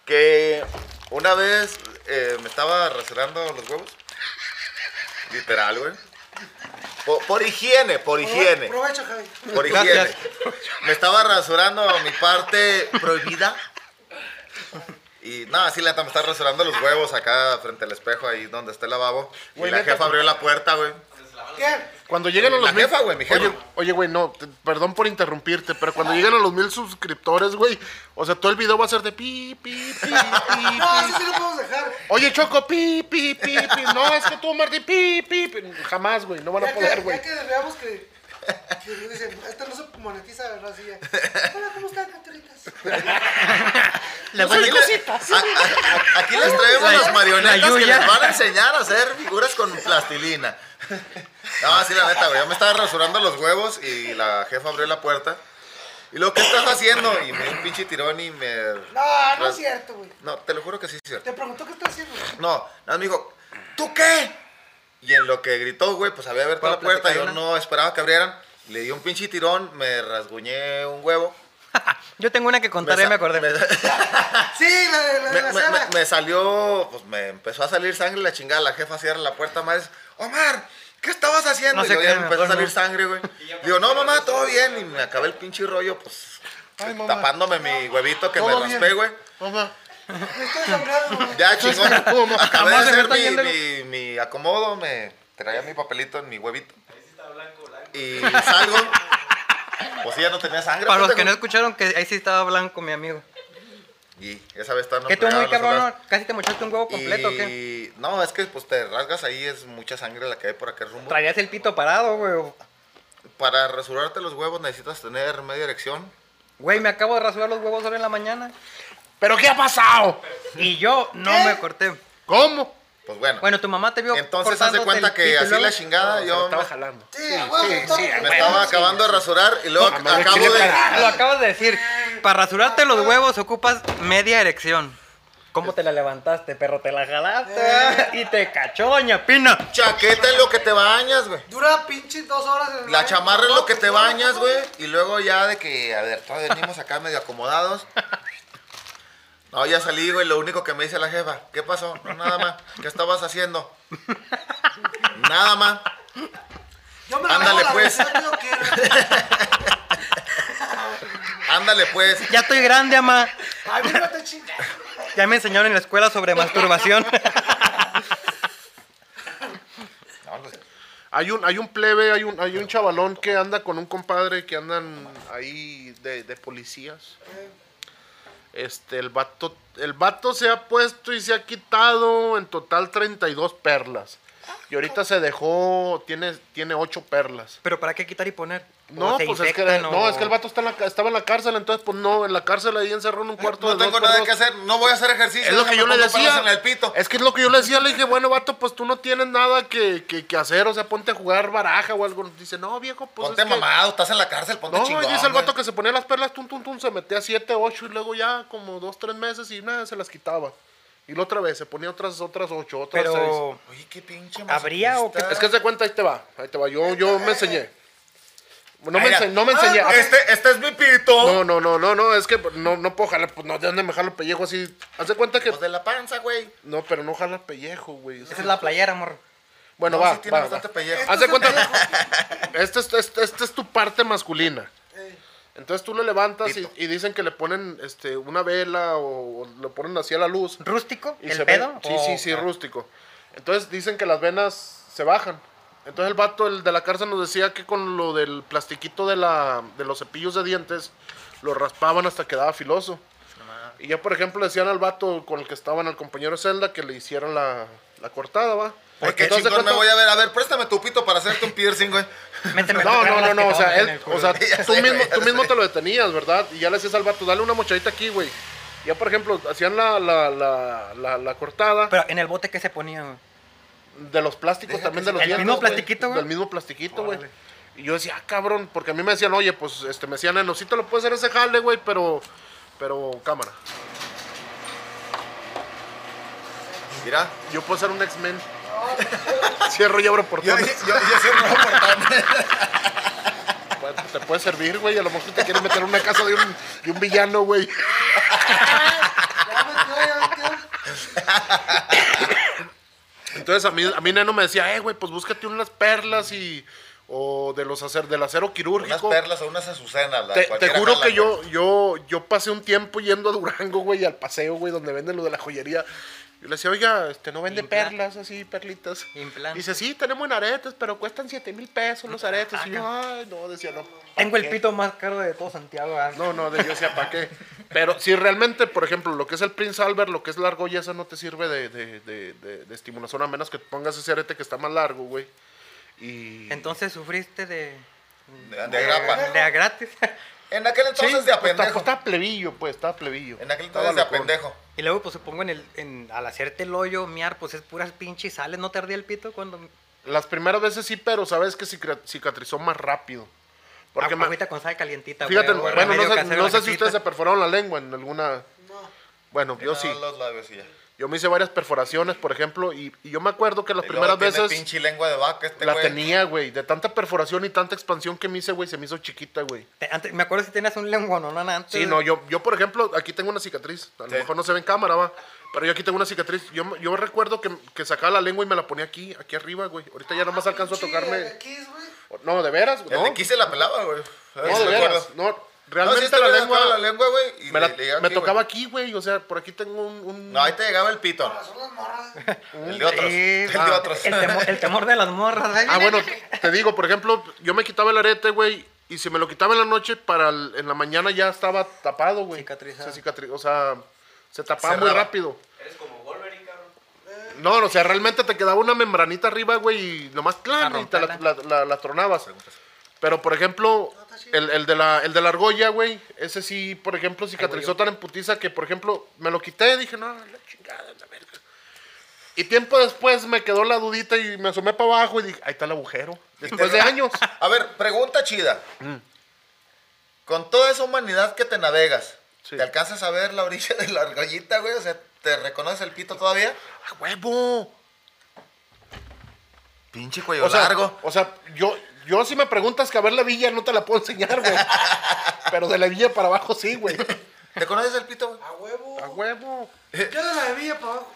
A: que una vez eh, me estaba rasurando los huevos. Literal, güey. Por, por higiene, por higiene.
C: Aprovecha, Javi.
A: Por higiene.
B: Gracias.
A: Me estaba rasurando mi parte prohibida. Y no, así la neta, me está rasurando los huevos acá frente al espejo, ahí donde está el lavabo.
D: Güey,
A: y la
D: neta,
A: jefa abrió la puerta, güey.
C: ¿Quién?
D: Cuando lleguen a los
A: La jefa, güey, mi jefa.
D: Oye, oye, güey, no, te- perdón por interrumpirte, pero cuando lleguen a los mil suscriptores, güey, o sea, todo el video va a ser de pi, pi, pi, pi, pi.
C: No, eso sí lo podemos dejar.
D: Oye, Choco, pi, pi, pi, pi. No, es que tú, Martín, pi, pi, pi. Jamás, güey, no van a
C: Ya
D: poder,
C: que,
D: güey.
C: ya que veamos que. que dicen, esto no se monetiza, ¿verdad? Sí, ya. Hola, ¿cómo están, caturitas?
A: Aquí le- a- a- a- Aquí les traemos
B: La-
A: las marionetas
B: la
A: que
B: Yuya.
A: les van a enseñar a hacer figuras con plastilina. No, sí, la neta, güey. Yo me estaba rasurando los huevos y la jefa abrió la puerta. Y lo que estás haciendo? Y me dio un pinche tirón y me.
C: No, no es cierto, güey.
A: No, te lo juro que sí es cierto.
C: Te preguntó qué estás haciendo.
A: No, nada, me dijo, ¿tú qué? Y en lo que gritó, güey, pues había abierto
B: ¿Puedo
A: la puerta. Yo
B: platicar una?
A: no esperaba que abrieran. Le di un pinche tirón, me rasguñé un huevo.
B: Yo tengo una que contar, ya
A: sa-
B: me acordé.
C: Sí, la de la,
A: me,
C: de la
A: me-
C: sala.
A: me- me salió, pues me empezó a salir sangre la chingada. La jefa cierra la puerta, madre. dice, Omar, ¿qué estabas haciendo?
B: No se
A: y yo, ya
B: crean,
A: me empezó a
B: mejor
A: salir
B: no.
A: sangre, güey. Digo, no, mamá, todo bien. Y me acabé el pinche rollo, pues
D: Ay, mamá.
A: tapándome mi huevito que me
D: Todo bien.
A: raspé, güey.
D: Mamá,
C: Me estoy sangrando, güey.
A: Ya, chingón.
D: Mamá,
A: Acabé de
B: Pues, jamás se me
A: hacer
B: está yendo
A: mi, mi, mi acomodo, me traía mi papelito en mi huevito. Y salgo. Pues sí, ya no tenía sangre.
B: Para
A: pues,
B: los que no
A: tengo-
B: escucharon, que ahí sí estaba blanco, mi amigo.
A: Y esa vez estaba
B: que tú muy cabrón,
A: cabrón
B: ¿no? casi te mochaste un huevo completo, ¿o ¿qué?
A: Y- No, es que pues te rasgas ahí, es mucha sangre la que hay por aquel rumbo.
B: Traías el pito parado, güey. o-
A: Para rasurarte los huevos necesitas tener media erección.
B: Güey, me acabo de rasurar los huevos ahora en la mañana.
D: ¿pero qué ha pasado?
B: Y yo no
C: ¿Qué?
B: me corté.
D: ¿Cómo?
A: pues bueno.
B: Bueno, tu mamá te vio.
A: Entonces haz
B: cortándote
A: de cuenta
B: el
A: que
B: pito y
A: así
B: luego-
A: la chingada
B: No,
A: yo me,
E: jalando.
C: Sí, a huevo, todo.
A: me estaba acabando de rasurar y luego
D: Mamá,
A: acabo
D: me quiere
A: de...
D: parar.
B: Lo acabas de decir. Para rasurarte los huevos ocupas media erección. ¿Cómo te la levantaste, perro? Te la jalaste. Y te cachó, doña Pina.
A: Chaqueta es lo que te bañas, güey.
C: Dura pinches dos horas. en el
A: La
C: baño.
A: chamarra es lo que te bañas, güey. Y luego ya de que, a ver, todos venimos acá medio acomodados. No, ya salí, güey. Lo único que me dice la jefa, ¿qué pasó? No, nada más. ¿Qué estabas haciendo? Nada más.
C: Yo me la
A: Ándale,
C: lavo la
A: pues.
C: veces que yo quiera.
A: Ándale, pues.
B: Ya estoy grande, ama.
C: Ay, mira, te chingas.
B: Ya me enseñaron en la escuela sobre masturbación.
A: No, pues,
D: Hay un, hay un plebe, hay un, hay un chavalón que anda con un compadre que andan ahí de, de policías. Este, el vato, el vato se ha puesto y se ha quitado en total 32 perlas. Y ahorita se dejó, tiene, tiene 8 perlas.
B: Pero ¿para qué quitar y poner? ¿O
D: No,
B: se
D: pues es que,
B: infectan,
D: no,
B: o-
D: es que el vato está en la ca- estaba en la cárcel, entonces pues no, en la cárcel ahí encerró en un cuarto
A: no
D: de
A: tengo
D: dos
A: nada
D: por
A: que
D: dos.
A: hacer. No voy a hacer ejercicio.
D: Es lo que
A: déjame
D: yo le
A: pongo palos
D: decía. Eh,
A: en el pito.
D: Es que es lo que yo le decía. Le dije, bueno, vato, pues tú no tienes nada que, que- que hacer. O sea, ponte a jugar baraja o algo. Dice, no, viejo, pues.
A: ponte
D: es que-
A: mamado, estás en la cárcel, ponte
D: No,
A: chingón.
D: y dice el vato
A: güey.
D: que se ponía las perlas, tum, tum, tum, se metía 7, 8 y luego ya como 2, 3 meses y nada, se las quitaba. Y la otra vez, se ponía otras otras 8, otras 6.
B: Pero
A: Oye, qué pinche
B: ¿Habría o qué?
A: masoquista.
D: Es que se cuenta, ahí te va, ahí te va. Yo, yo me enseñé. No me,
A: Ay, ya.
D: ense- no me enseñé. Ah,
A: Ah, Este, este es mi pito.
D: No, no, no, no, no, es que no, no puedo jalar, pues no, ¿de dónde me jalo pellejo así? Haz de cuenta que...
A: Pues de la panza, güey.
D: No, pero no jala pellejo, güey.
B: esa es la playera, morro.
D: Bueno,
A: No,
D: va,
A: sí tiene
D: va,
A: bastante
D: va.
A: pellejo.
D: Haz de cuenta, esta es, este- esta es tu parte masculina.
C: Eh,
D: Entonces tú lo levantas y,
A: Pito.
D: y dicen que le ponen este, una vela o, o lo ponen así a la luz.
B: ¿Rústico?
D: y
B: ¿El
D: se ve-
B: pedo?
D: Sí,
B: o-
D: sí, sí, rústico. Entonces dicen que las venas se bajan. Entonces el vato el de la cárcel nos decía que con lo del plastiquito de, la, de los cepillos de dientes lo raspaban hasta que daba filoso. Y ya, por ejemplo, decían al vato con el que estaban, al compañero Zelda, que le hicieron la, la cortada, ¿va?
A: Porque
D: Entonces,
A: chingón me
D: ¿cuánto-
A: voy a ver. A ver, préstame tu pito para hacerte un piercing, güey.
B: Méteme tu
D: No, no,
B: perla
D: no, no, o sea,
B: asquerosa en
D: él-
B: el culo.
D: o sea,
A: Ya
D: tú
A: sé,
D: mismo,
A: güey, ya
D: tú mismo
A: sé.
D: te lo detenías, ¿verdad? Y ya le decías al vato, dale una mochadita aquí, güey. Ya, por ejemplo, hacían la, la, la, la, la cortada
B: Pero en el bote que se ponía, güey.
D: de los plásticos
A: Deja
D: también
A: que
D: de
A: se-
D: los
B: ¿El mismo
D: güey.
B: plastiquito, güey?
D: Del mismo plastiquito, güey.
B: Órale.
D: Y yo decía, ah, cabrón, porque a mí me decían, oye, pues, este, me decían, no, sí te lo puedes hacer ese jale, güey, pero, pero, cámara.
A: Mira.
D: Yo puedo ser un X-Men. Cierro y abro
A: Yo, yo,
D: portones.
A: yo, yo siempre voy por tarde.
D: Bueno, Te puede servir, güey, a lo mejor te quieres meter en una casa de un, de un villano, güey.
C: Ya me quedo, ya me quedo.
D: Entonces a mí, a mí Neno me decía, eh, güey, pues búscate unas perlas y. O de los acer, del acero
A: Unas
D: quirúrgico.
A: perlas o unas azucenas. la-
D: Te, te
A: cualquiera
D: juro
A: jala,
D: que
A: güey.
D: yo, yo, yo pasé un tiempo yendo a Durango, güey, al paseo, güey, donde venden lo de la joyería. Yo le decía, oiga, este no vende
B: Implan-
D: perlas así, perlitas.
B: Implan-
D: Dice, sí, tenemos en aretes, pero cuestan 7 mil pesos los aretes. Y yo, ay, no, decía, no.
B: Tengo el
D: ¿Qué?
B: pito más caro de todo Santiago. ¿verdad?
D: No, no, de yo sea para qué. Pero si realmente, por ejemplo, lo que es el Prince Albert, lo que es la argolla, esa no te sirve de, de, de, de- de estimulación, a menos que te pongas ese arete que está más largo, güey. Y.
B: Entonces sufriste de.
A: De, de agrapa.
B: De a gratis.
A: En aquel entonces de
D: Eh, pues, está, pues,
A: apendejo.
D: está plebillo, pues, está plebillo.
A: En aquel
D: Estaba
A: entonces de
D: locón.
A: apendejo.
B: y luego, pues supongo, en el, en, al hacerte el hoyo, miar, pues es puras pinches sales. ¿No te ardía el pito cuando.
D: Las primeras veces sí, pero sabes que cicra- cicatrizó más rápido.
A: Ah,
D: Porque me-
B: Agüita ah, con sal calientita, güey,
D: Fíjate,
B: o
D: bueno, no
B: remedio
D: sé,
B: casero
D: no
B: en la
D: sé si
B: casita.
D: ustedes se perforaron la lengua en alguna.
C: No.
D: Bueno, yo
A: Nada,
D: sí.
A: Los labios y ya.
D: Yo me hice varias perforaciones, por ejemplo, y, y yo me acuerdo que las
A: Y
D: primeras
A: luego tiene
D: veces
A: pinche lengua de vaca este
D: la
A: güey.
D: tenía, güey. De tanta perforación y tanta expansión que me hice, güey, se me hizo chiquita, güey.
B: Te- antes- me acuerdo si tenías un lenguón, no, antes.
D: Sí, no, yo, yo, por ejemplo, aquí tengo una cicatriz. A
A: Sí.
D: lo mejor no se ve en cámara, va. Pero yo aquí tengo una cicatriz. Yo, me- yo recuerdo que, que sacaba la lengua y me la ponía aquí, aquí arriba, güey. Ahorita ya
A: Ah,
D: nomás alcanzo a
C: Pinche
D: tocarme.
C: Kiss, güey.
D: No, de veras,
A: El
D: no.
A: de aquí se la pelaba, güey.
D: No, de veras. No, realmente
A: Realmente
D: la lengua.
A: la lengua, güey. y
D: me la-
A: le- le llegaba
D: me
A: aquí, güey.
D: tocaba aquí, güey. O sea, por aquí tengo un. un-
A: No, ahí te llegaba el pito.
C: Para son las morras.
A: El de otros.
B: Sí,
A: El de
B: ah,
A: otros.
B: el temor, el temor de las morras. ahí
D: Ah,
B: viene.
D: bueno, te digo, por ejemplo, yo me quitaba el arete, güey, y si me lo quitaba en la noche, para el- en la mañana ya estaba tapado, güey.
B: Cicatrizado.
D: Se cicatri- o sea, se tapaba muy
A: Cerraba.
D: rápido.
E: Eres como Wolverine, cabrón.
D: No, o sea, realmente te quedaba una membranita arriba, güey, y nomás
B: A
D: clan, y te la,
B: romperla.
D: la- la- la tronabas. Pero, por ejemplo, el, el de la, el de la argolla, güey, ese sí, por ejemplo, cicatrizó tan en putiza que, por ejemplo, me lo quité y dije, no, la chingada, la verga. Y tiempo después me quedó la dudita y me asomé para abajo y dije, ahí está el agujero. Después de años.
A: A ver, pregunta chida.
D: Mm.
A: Con toda esa humanidad que te navegas,
D: Sí.
A: ¿te alcanzas a ver la orilla de la argollita, güey? O sea, ¿te reconoces el pito todavía?
D: ¡A huevo!
A: Pinche cuello
D: O sea,
A: largo.
D: o sea, yo, yo si me preguntas que a ver la villa no te la puedo enseñar, güey. Pero de la villa para abajo sí, güey.
A: ¿Te conoces el pito, güey?
C: A huevo.
D: ¡A huevo!
C: Yo de la bebía para abajo.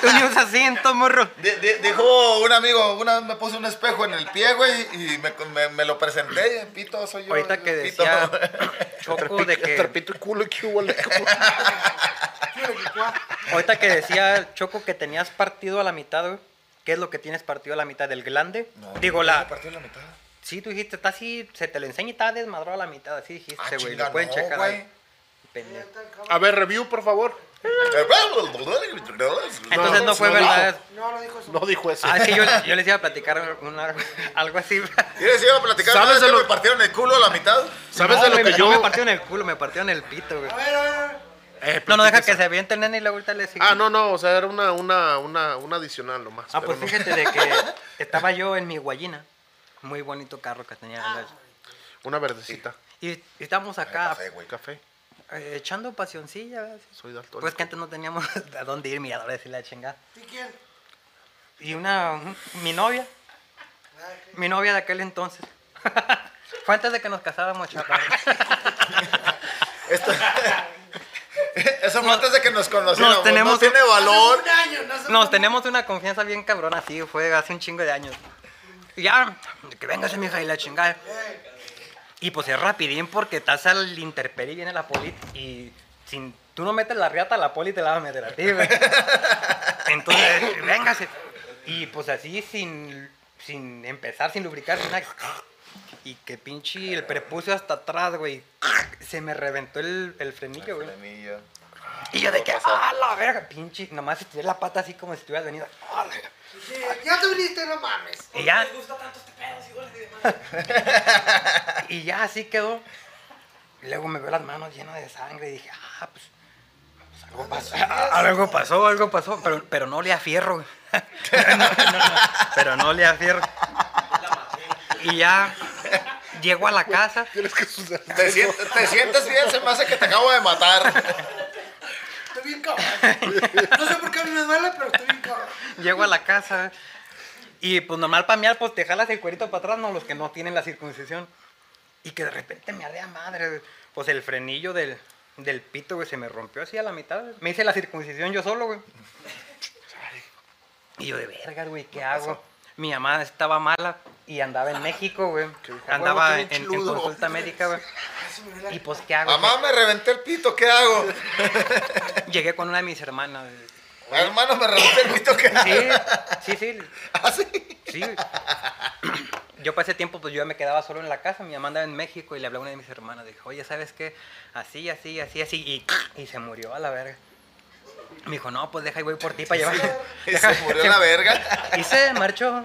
B: Tú ni usas asiento, morro.
A: Di- di- dijo un amigo, una vez me puse un espejo en el pie, güey, y me, me- me lo presenté. Pito, soy yo.
B: Ahorita que
A: pito.
B: decía Choco de que.
D: Trapito y culo y que hubo le-
C: Quiero que cuá.
B: Ahorita que decía Choco que tenías partido a la mitad, güey. ¿Qué es lo que tienes partido a la mitad? ¿Del glande?
A: No,
B: Digo,
A: no,
B: la.
A: se partió en la mitad.
B: Sí, tú dijiste, está así, se te lo enseña y está desmadrado a la mitad, así
A: Ah,
B: dijiste, güey.
A: chinga,
B: lo pueden
A: no,
B: checar
A: güey.
B: ahí. Pendejo.
D: A ver, review, por favor.
B: Entonces no,
D: no
B: fue
D: lo
B: verdad.
C: No, no dijo eso.
D: No dijo eso.
B: Ah, es que yo, yo les iba a platicar una- algo así.
A: Y les iba a platicar,
D: ¿Sabes
A: ¿sabes
D: de
A: que
D: lo-
A: me partieron el culo a la mitad?
D: ¿Sabes
B: No,
D: de lo
B: güey,
D: que
B: no
D: yo...?
B: me partieron el culo, me partieron el pito, güey.
C: A ver, a ver, a ver.
D: Eh,
B: No, no, deja que
D: platíquese.
B: se avienten, nene, y luego ahorita le sigo.
D: Ah, no, no, o sea, era una, una, una, una adicional nomás.
B: Ah,
D: pero
B: pues
D: no.
B: fíjate de que estaba yo en mi guayina. Muy bonito carro que tenía.
D: Una verdecita.
B: Y, y estábamos acá
A: Café, güey.
D: Café.
B: eh, echando pasioncilla. ¿verdad?
D: Soy daltónico.
B: Pues que antes no teníamos a dónde ir, miradores y la chingada.
C: ¿Y quién?
B: Y una, mi novia, mi novia de aquel entonces. Fue antes de que nos casáramos, chaparro.
A: Esto... Eso fue antes de que nos conociéramos.
B: nos tenemos
A: no tiene
B: un-
A: valor.
C: Hace un año, no hace
B: Nos
C: un-
B: tenemos una confianza bien cabrona, sí, fue hace un chingo de años. Y ya, que vengas mi hija y la chingada. Y pues es rapidín porque estás al interperi y viene la poli y si tú no metes la riata, la poli te la va a meter a ti, güey. Entonces, véngase. Y pues así sin, sin empezar, sin lubricar, sin nada. Y que pinche el prepucio hasta atrás, güey. Se me reventó el, el frenillo, güey.
A: Frenillo.
B: Y yo de que,
A: Pasó.
B: ah, la verga, pinche, nomás estiré la pata así como si estuvieras venido. "Ah, la verga".
C: Sí, Ya te viniste, no mames.
B: Y ya,
E: gusta tanto este pedo, si duele de
B: y ya así quedó. Y luego me veo las manos llenas de sangre y dije, ah, pues, pues algo pasó, a- algo pasó, algo pasó, pero, pero no le afierro. güey. No, no, no, pero no le afierro. Y ya llego a la casa.
D: Tienes que suceder.
A: ¿Te, sientes- te sientes bien, se me hace que te acabo de matar.
C: Estoy bien cabrón. No sé por qué a mí me duele, pero estoy bien cabrón.
B: Llego a la casa y pues normal para mear, pues te jalas el cuerito para atrás, no los que no tienen la circuncisión. Y que de repente me ardea madre, güey. pues el frenillo del, del pito, güey, se me rompió así a la mitad. güey. Me hice la circuncisión yo solo, güey. Y yo de verga, güey, ¿qué hago? Mi mamá estaba mala y andaba en México, güey. Andaba
D: "Huevo,
B: en,
D: qué
B: en
D: chulo".
B: consulta médica, güey.
C: Eso me duele.
B: Y pues, ¿qué hago?
A: Mamá, me reventé el pito, ¿qué hago?
B: Llegué con una de mis hermanas. güey.
A: Hermano, me reventé el visto que
B: Sí, sí, sí.
A: ¿Ah, sí?
B: Sí. Yo pasé tiempo, pues yo ya me quedaba solo en la casa. Mi mamá andaba en México y le hablé a una de mis hermanas. Dije, oye, ¿sabes qué? Así, así, así, así. Y, y se murió a la verga. Me dijo, no, pues deja y voy por ti para llevar.
A: Y se murió la verga.
B: Y se marchó.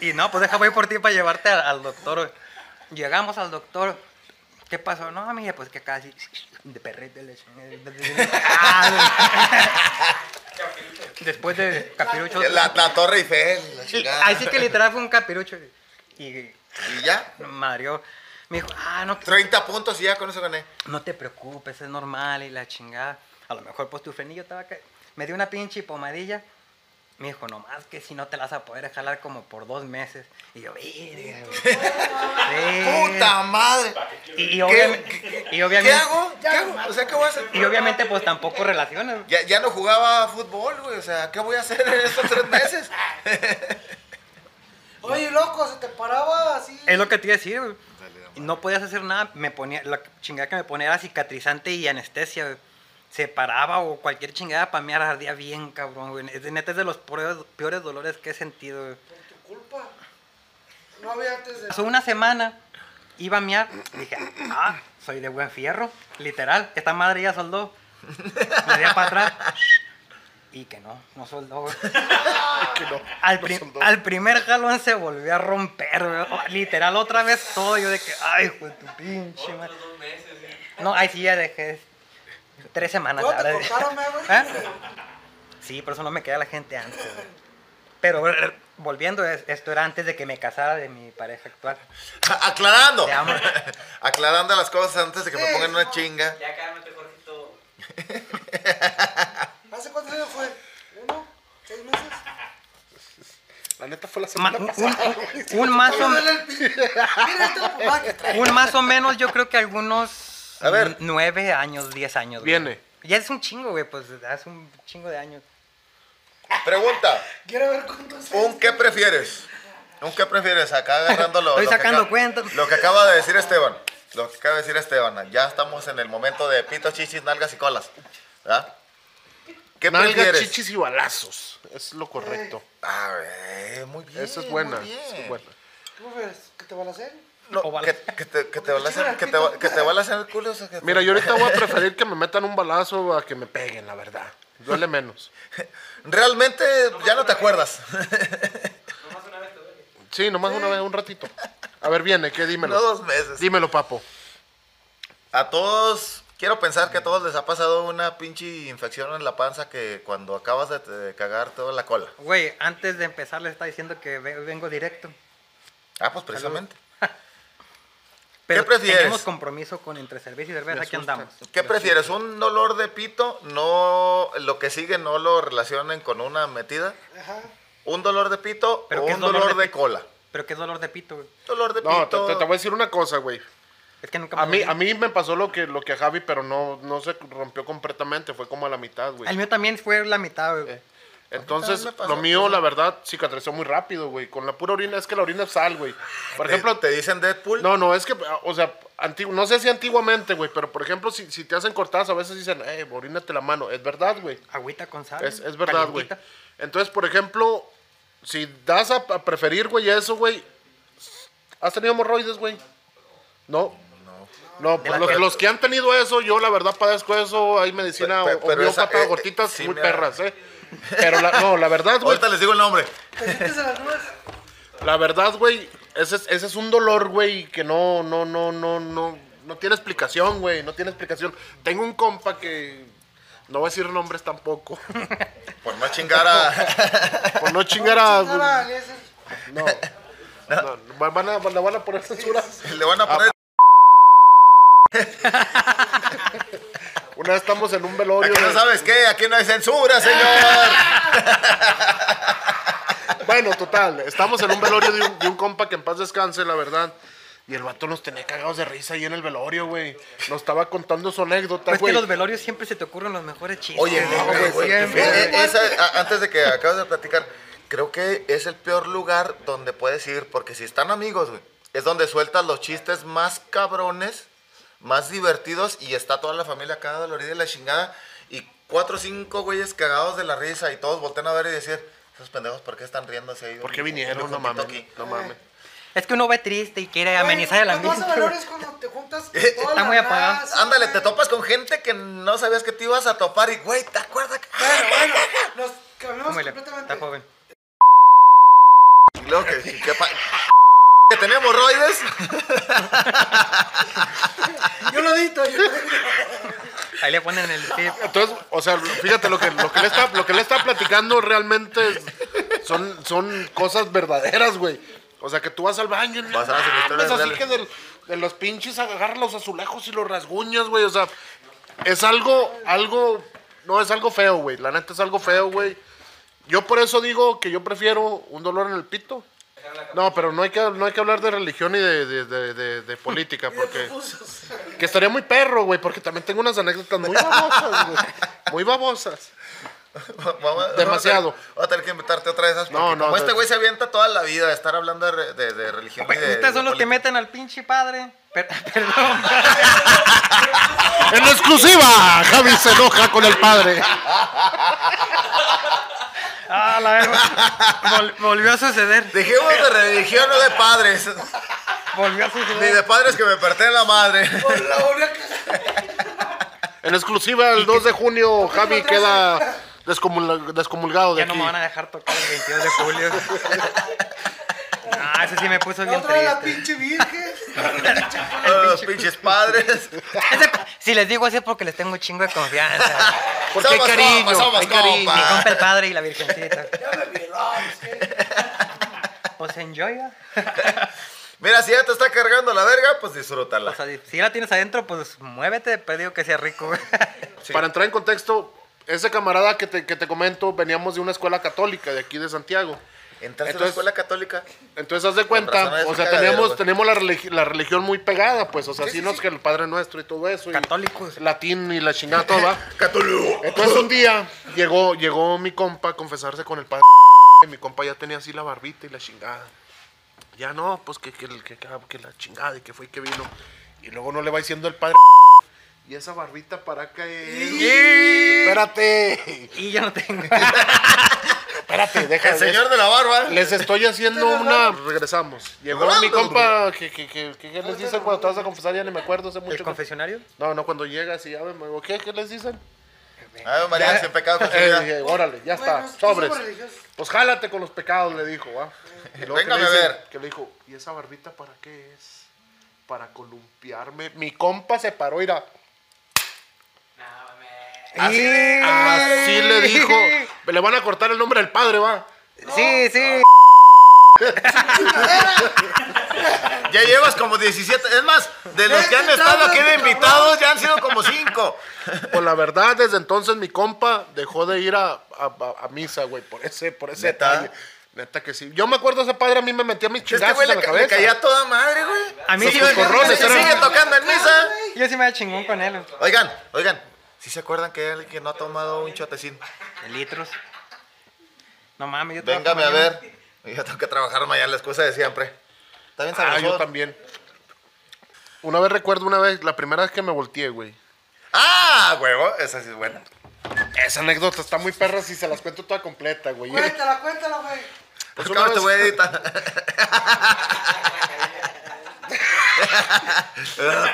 B: y no, pues deja, voy por ti para llevarte al, al doctor. Llegamos al doctor. ¿Qué pasó? No, mira, pues que casi. De perrete le Ah, Después de capirucho.
A: La, la Torre Eiffel, la chingada.
B: Así que literal fue un capirucho. Y
A: Y ya,
B: Mario me dijo, ah, no,
A: 30 puntos y ya con eso gané.
B: no te preocupes, es normal y la chingada. A lo mejor pues tu frenillo estaba que... Me dio una pinche pomadilla. Me dijo, nomás que si no te la vas a poder jalar como por dos meses. Y yo, "Verga, güey". Verga.
A: ¡Puta madre!
B: Y, y
A: ¿Qué-
B: obviamente... Y
A: ¿Qué
B: obviamente,
A: hago? ¿Qué hago? O sea, ¿qué voy a hacer?
B: y obviamente, pues tampoco relaciones.
A: Ya, ya no jugaba fútbol, güey. O sea, ¿qué voy a hacer en estos tres meses?
C: Oye, loco, se te paraba así.
B: Es lo que te iba a decir, güey. No podías hacer nada, me ponía, la chingada que me ponía era cicatrizante y anestesia, güey. Se paraba o cualquier chingada para mí ardía bien, cabrón, güey. Es de- neta es de los peores, peores dolores que he sentido, güey.
C: Por tu culpa. No había antes de.
B: Pasó una semana, iba a miar, dije, ah, soy de buen fierro, literal, esta madre ya soldó. Me di para atrás. Y que no, no soldó, güey. Al, pri- al primer jalón se volvió a romper, güey. O- Literal, otra vez todo. Yo de que, ay, hijo de tu pinche madre. No, ahí sí ya dejé. Tres semanas.
C: Luego
B: la
C: te
B: verdad.
C: cortaron, ¿eh, güey.
B: ¿Eh? Sí, por eso no me queda la gente antes. güey. Pero eh, volviendo, es- esto era antes de que me casara de mi pareja actual.
A: Aclarando.
B: Te amo.
A: Aclarando las cosas antes de que me
C: Sí,
A: pongan
C: no.
A: una chinga.
E: Ya cálmate, Jorgito.
C: ¿Hace cuántos años fue? ¿Uno? ¿Seis meses?
D: La neta fue la
B: Ma-
D: semana
B: un,
D: pasada.
B: un- un más o,
C: Mira, este papá que trae.
B: un más o menos, yo creo que algunos
A: A ver.
B: nueve años, diez años. güey.
D: Viene.
B: Ya es un chingo, güey, pues hace un chingo de años.
A: Pregunta:
C: Quiero ver cuántos
A: ¿un qué prefieres? ¿Un qué prefieres? Acá agarrándolo.
B: Estoy
A: lo que
B: sacando
A: acá-
B: cuentas.
A: Lo que acaba de decir Esteban. Lo que acaba de decir Esteban. Ya estamos en el momento de pitos, chichis, nalgas y colas. ¿Verdad? ¿Qué
D: Nalgas,
A: prefieres?
D: chichis y balazos. Es lo correcto.
A: A ver, muy bien.
D: Esa es buena.
A: muy bien.
D: esa es buena.
C: ¿Cómo ves? ¿Que te van a hacer?
A: No,
B: O
A: que,
B: balas.
A: que te, que te
C: O te
A: balacen-
C: chingan
A: que
C: el
A: te va-
C: pito.
A: que te balacen el culo. o sea, que te-
D: Mira, yo ahorita voy a preferir que me metan un balazo a que me peguen, la verdad. Duele menos.
A: Realmente ya no te acuerdas.
D: Sí, nomás una vez, un ratito. A ver, viene, ¿qué? Dímelo.
A: No pues, dos meses.
D: Dímelo, papo.
A: A todos, quiero pensar que a todos les ha pasado una pinche infección en la panza que cuando acabas de, te- cagar toda la cola.
B: Güey, antes de empezar le está diciendo que ve- vengo directo.
A: Ah, pues precisamente.
B: Pero
A: ¿Qué prefieres?
B: tenemos compromiso con entre cerveza y cerveza, aquí andamos.
A: ¿Qué prefieres? ¿Un dolor de pito? No, lo que sigue no lo relacionen con una metida.
C: Ajá.
A: ¿Un dolor de pito
B: ¿Pero
A: o
B: qué
A: un
B: es
A: dolor,
B: dolor de
A: de,
B: pito?
A: cola?
B: Pero qué dolor de pito, güey.
A: Dolor de
D: No, te,
A: pito.
D: te- te voy a decir una cosa, güey.
B: Es que nunca me
D: A mí,
B: dolí.
D: a mí me pasó lo que, lo que a Javi, pero no, no se rompió completamente. Fue como a la mitad,
B: El
D: güey. Eh.
B: mío también fue la mitad, güey.
A: A
D: Entonces,
A: mí también me pasó,
D: lo mío,
A: pues.
D: la verdad, cicatrizó muy rápido, güey. Con la pura orina, es que la orina es sal, güey. Por
A: Te-
D: ejemplo,
A: te dicen Deadpool.
D: No, no, es que, o sea, antiguo, no sé si antiguamente, güey, pero por ejemplo, si, si te hacen cortadas, a veces dicen, eh, orínate la mano. Es verdad, güey.
B: Agüita con sal.
D: Es, es verdad, güey.
B: calientita.
D: Entonces, por ejemplo, si das a, a preferir, güey, eso, güey, ¿has tenido hemorroides, güey? No. No, pues
B: la
D: los,
B: que-
D: los que han tenido eso, yo la verdad padezco eso, hay medicina
A: Pe- pe-
D: o-
A: pero esa-
D: homeópata,
A: eh, eh,
D: gotitas
A: sí,
D: muy
A: mira.
D: perras, ¿eh? Pero la, no, la verdad, güey,
A: Ahorita les digo el nombre.
C: ¿Te sientes en las nubes?
D: la verdad, güey, ese es, ese es un dolor, güey, que no, no, no, no, no, no tiene explicación, güey, no tiene explicación. Tengo un compa que no voy a decir nombres tampoco,
A: Por no chingar a.
D: por no chingar
C: Ah,
A: pues,
D: a...
C: Eliezer.
D: No, no, va- van a, la van a poner censura.
A: Le van a
D: Ah,
A: poner.
D: Una vez estamos en un velorio.
A: Aquí no
D: de-
A: sabes qué, aquí no hay censura, señor.
D: Bueno, total, estamos en un velorio de un, de un compa que en paz descanse, la verdad. Y el vato nos tenía cagados de risa ahí en el velorio, güey. Nos estaba contando su anécdota,
B: Pues que
D: güey.
B: los velorios siempre se te ocurren los mejores chistes.
A: Oye,
B: güey,
A: güey, güey,
B: siempre.
A: eh, eh, esa- a- antes de que acabes de platicar, creo que es el peor lugar donde puedes ir, porque si están amigos, güey, es donde sueltas los chistes más cabrones, más divertidos, y está toda la familia acá dolorida y la chingada, y cuatro o cinco güeyes cagados de la risa y todos voltean a ver y decir, esos pendejos, ¿por qué están riéndose ahí?
D: ¿Por
A: Un-
D: qué
A: un
D: vinieron? No
A: conjunto
D: mames.
A: aquí?"
D: No mames.
B: Es que uno ve triste y quiere
C: Güey,
B: amenizar el
C: Lo más
B: ambiente.
C: valor
B: güey.
C: es cuando te juntas con
A: Eh,
C: toda
B: está
C: la
B: muy apagado.
C: raza,
A: Ándale,
C: güey.
A: te topas con gente que no sabías que te ibas a topar y, güey, ¿te acuerdas? que-
D: Ah,
C: Bueno, bueno, nos cambiamos
B: Cómele,
C: completamente.
B: Está joven.
A: Y luego que, que, pa- que tenía hemorroides.
C: Yo lo edito. yo lo edito.
B: Ahí le ponen el tip.
D: Entonces, o sea, fíjate, lo que, lo que, le, está, lo que le está platicando realmente es- son, son cosas verdaderas, güey. O sea, que tú vas al baño y no
A: Vas a las
D: mames,
A: secretarias
D: así
A: reales.
D: que del- de los pinches agarras los azulejos y los rasguñas, güey. O sea, es algo, algo, no, es algo feo, güey. La neta es algo feo, güey. Yo por eso digo que yo prefiero un dolor en el pito. No, pero no hay que, no hay que hablar de religión y de, de- de- de- de política, porque... Que estaría muy perro, güey, porque también tengo unas anécdotas muy babosas, güey. Muy babosas.
A: Vamos- vamos a-
D: Demasiado.
A: Voy a tener que invitarte otra vez. Porque
D: No, no,
A: como
D: no.
A: este güey se avienta toda la vida de estar hablando de, re- de, de religión. y de-
B: Ustedes son
A: de
B: los que
A: política.
B: meten al pinche padre. Per- perdón.
D: En exclusiva, Javi se enoja con el padre.
B: Ah, la verga. Vol- volvió a suceder.
A: Dijimos de religión, no de padres.
B: Volvió a
A: Ni de
B: suceder.
A: padres que me pertenece la madre.
C: La volví a cagar.
D: En exclusiva, el 2 de junio, Javi queda descomul- descomulgado de
B: Ya no
D: aquí.
B: me van a dejar tocar el 22 de julio. Ah, ese sí me puso
C: La
B: bien
C: otra era la
B: triste.
C: pinche virgen.
A: Los pinches padres.
B: Ese- si les digo eso es porque les tengo un chingo de confianza.
D: Porque hay
A: Somos
D: cariño,
A: compas, somos
D: hay cariño.
B: Mi
A: compas.
B: compa el padre y la virgencita.
C: Ya me violó. es que-
B: Pues enjoy. ¿va?
A: Mira, si ya te está cargando la verga, pues disfrútala.
B: O sea, si la tienes adentro, pues muévete, pedido que sea rico. güey.
D: Para entrar en contexto, ese camarada que te, que te comento, veníamos de una escuela católica de aquí de Santiago.
A: Entraste a la
D: Entonces-
A: escuela católica.
D: Entonces, haz de
A: Con razón,
D: cuenta,
A: es
D: o
A: un
D: sea,
A: cagadero,
D: tenemos,
A: güey.
D: tenemos la, religi- la religión muy pegada, pues, o sea,
C: Sí,
D: sí,
C: sí,
D: nos
C: sí.
D: que el Padre Nuestro y todo eso. y
B: Católicos.
D: Latín y la chingada toda. ¿va?
A: Católico.
D: Entonces un día llegó, llegó mi compa a confesarse con el padre. Y mi compa ya tenía así la barbita y la chingada. Ya no, pues que, que, que, que la chingada y que fue y que vino. Y luego no le va diciendo el padre. Y esa barbita para que. Espérate,
B: Y yo no tengo.
D: espérate, deja
A: El señor de la barba.
D: Les estoy haciendo una. Regresamos. Llegó mi compa. que, que, que, que- ¿Qué les dicen cuando te vas a confesar? Ya ni me acuerdo, hace
B: ¿El
D: mucho. que-
B: confesionario?
D: No, no, cuando llegas y ya me digo, ¿qué? ¿Qué les dicen?
A: Ave Ah, María, sin pecado
D: Eh,
A: concebida.
D: dije, órale, ya
C: Bueno,
D: está,
C: sí
D: sobres.
C: somos religiosos.
D: Pues jálate con los pecados, le dijo, ¿va? Y luego que le
A: Véngame a
D: dice-
A: ver.
D: Que le dijo, ¿y esa barbita para qué es? Para columpiarme. Mi compa se paró, mira.
A: Así de-
D: Así le dijo. Le van a cortar el nombre del padre, ¿va?
B: Sí, sí.
A: Ya llevas como 17. Es más, de los que han estado aquí de invitados, ya han sido como 5.
D: Pues la verdad, desde entonces mi compa dejó de ir a, a- a- a misa, güey, por ese, por ese
A: ¿Neta?
D: detalle. Neta que sí. Yo me acuerdo ese padre a mí me metía mis
A: Este
D: chingazos
A: güey
D: en
A: le,
D: la
A: ca- le
D: cabeza.
A: caía toda madre, güey.
B: A mí
A: Se
B: sí
A: sigue-
B: me-
D: corrones
A: se sigue
D: eran-
A: tocando en misa.
B: Yo sí me da chingón con él.
A: Oigan, oigan, si se acuerdan que el que no ha tomado un chotecín?
B: De litros. No mames, yo te voy
A: Véngame a
B: poner-
A: ver. Yo tengo que trabajar mañana, la excusa de siempre. Está bien
D: Ah,
A: sabroso.
D: yo también. Una vez recuerdo una vez, la primera vez que me volteé, güey.
A: Ah, huevo, esa sí es buena.
D: Esa anécdota está muy perra si se las cuento toda completa, güey.
C: Cuéntala, cuéntala, güey.
A: Pues
D: Pues
A: claro,
D: una
A: te
D: vez-
A: voy a editar.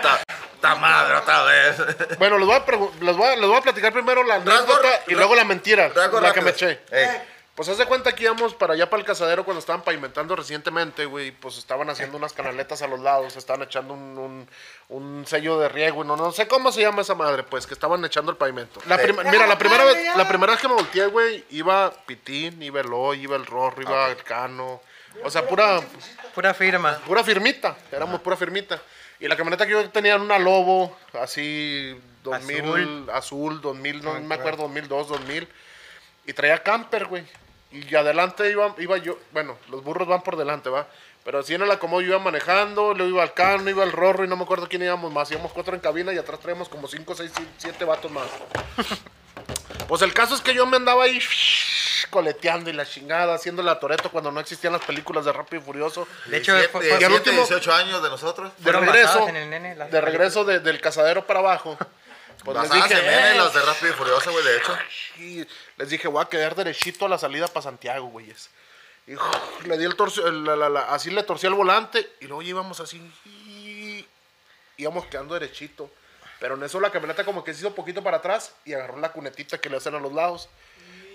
A: Ta- Ta madre otra vez.
D: Bueno, les voy, a pregu- les, voy a, les voy a platicar primero la
A: Rasgo-
D: anécdota y
A: ra-
D: luego la mentira,
A: Rasgos
D: la que me
A: rápidos.
D: eché.
A: Ey.
C: Eh,
D: Pues haz de cuenta que íbamos para allá para el casadero cuando estaban pavimentando recientemente, güey. Pues estaban haciendo unas canaletas a los lados, estaban echando un, un- un sello de riego, no, no sé cómo se llama esa madre, pues, que estaban echando el pavimento. La
A: Sí.
D: prim- mira, la primera vez, la primera vez que me volteé, güey, iba Pitín, iba Eloy, iba el Rorro, iba
A: Ah,
D: el Cano. O sea, pura,
B: Pura firma.
D: Pura firmita, éramos pura firmita. Y la camioneta que yo tenía era una Lobo, así 2000, azul, 2000, no me acuerdo, 2002, 2000. Y traía camper, güey. Y adelante iba, iba yo, bueno, los burros van por delante, va. Pero así en el acomodo yo iba manejando, luego iba al cano, iba al rorro y no me acuerdo quién íbamos más. Íbamos cuatro en cabina y atrás traíamos como cinco, seis, si- siete vatos más. Pues el caso es que yo me andaba ahí coleteando y la chingada, haciendo la toreto cuando no existían las películas de Rápido y Furioso.
B: De hecho, fue- fue-
D: y al
A: 17,
D: último-
A: 18 años de nosotros.
D: De
B: Fueron
D: regreso,
B: basadas en el nene, las
D: de regreso de- del cazadero para abajo, Pues
A: las
D: les dije,
A: hacen, ¿eh?
D: "Eh".
A: Las de Rápido y Furioso, güey, de hecho.
D: Y les dije, voy a quedar derechito a la salida para Santiago, güeyes. Y uf, le di el torcio, el- la- la- la- así le torcí el volante y luego ya íbamos así. y- íbamos quedando derechito. Pero en eso la camioneta como que se hizo poquito para atrás y agarró la cunetita que le hacen a los lados.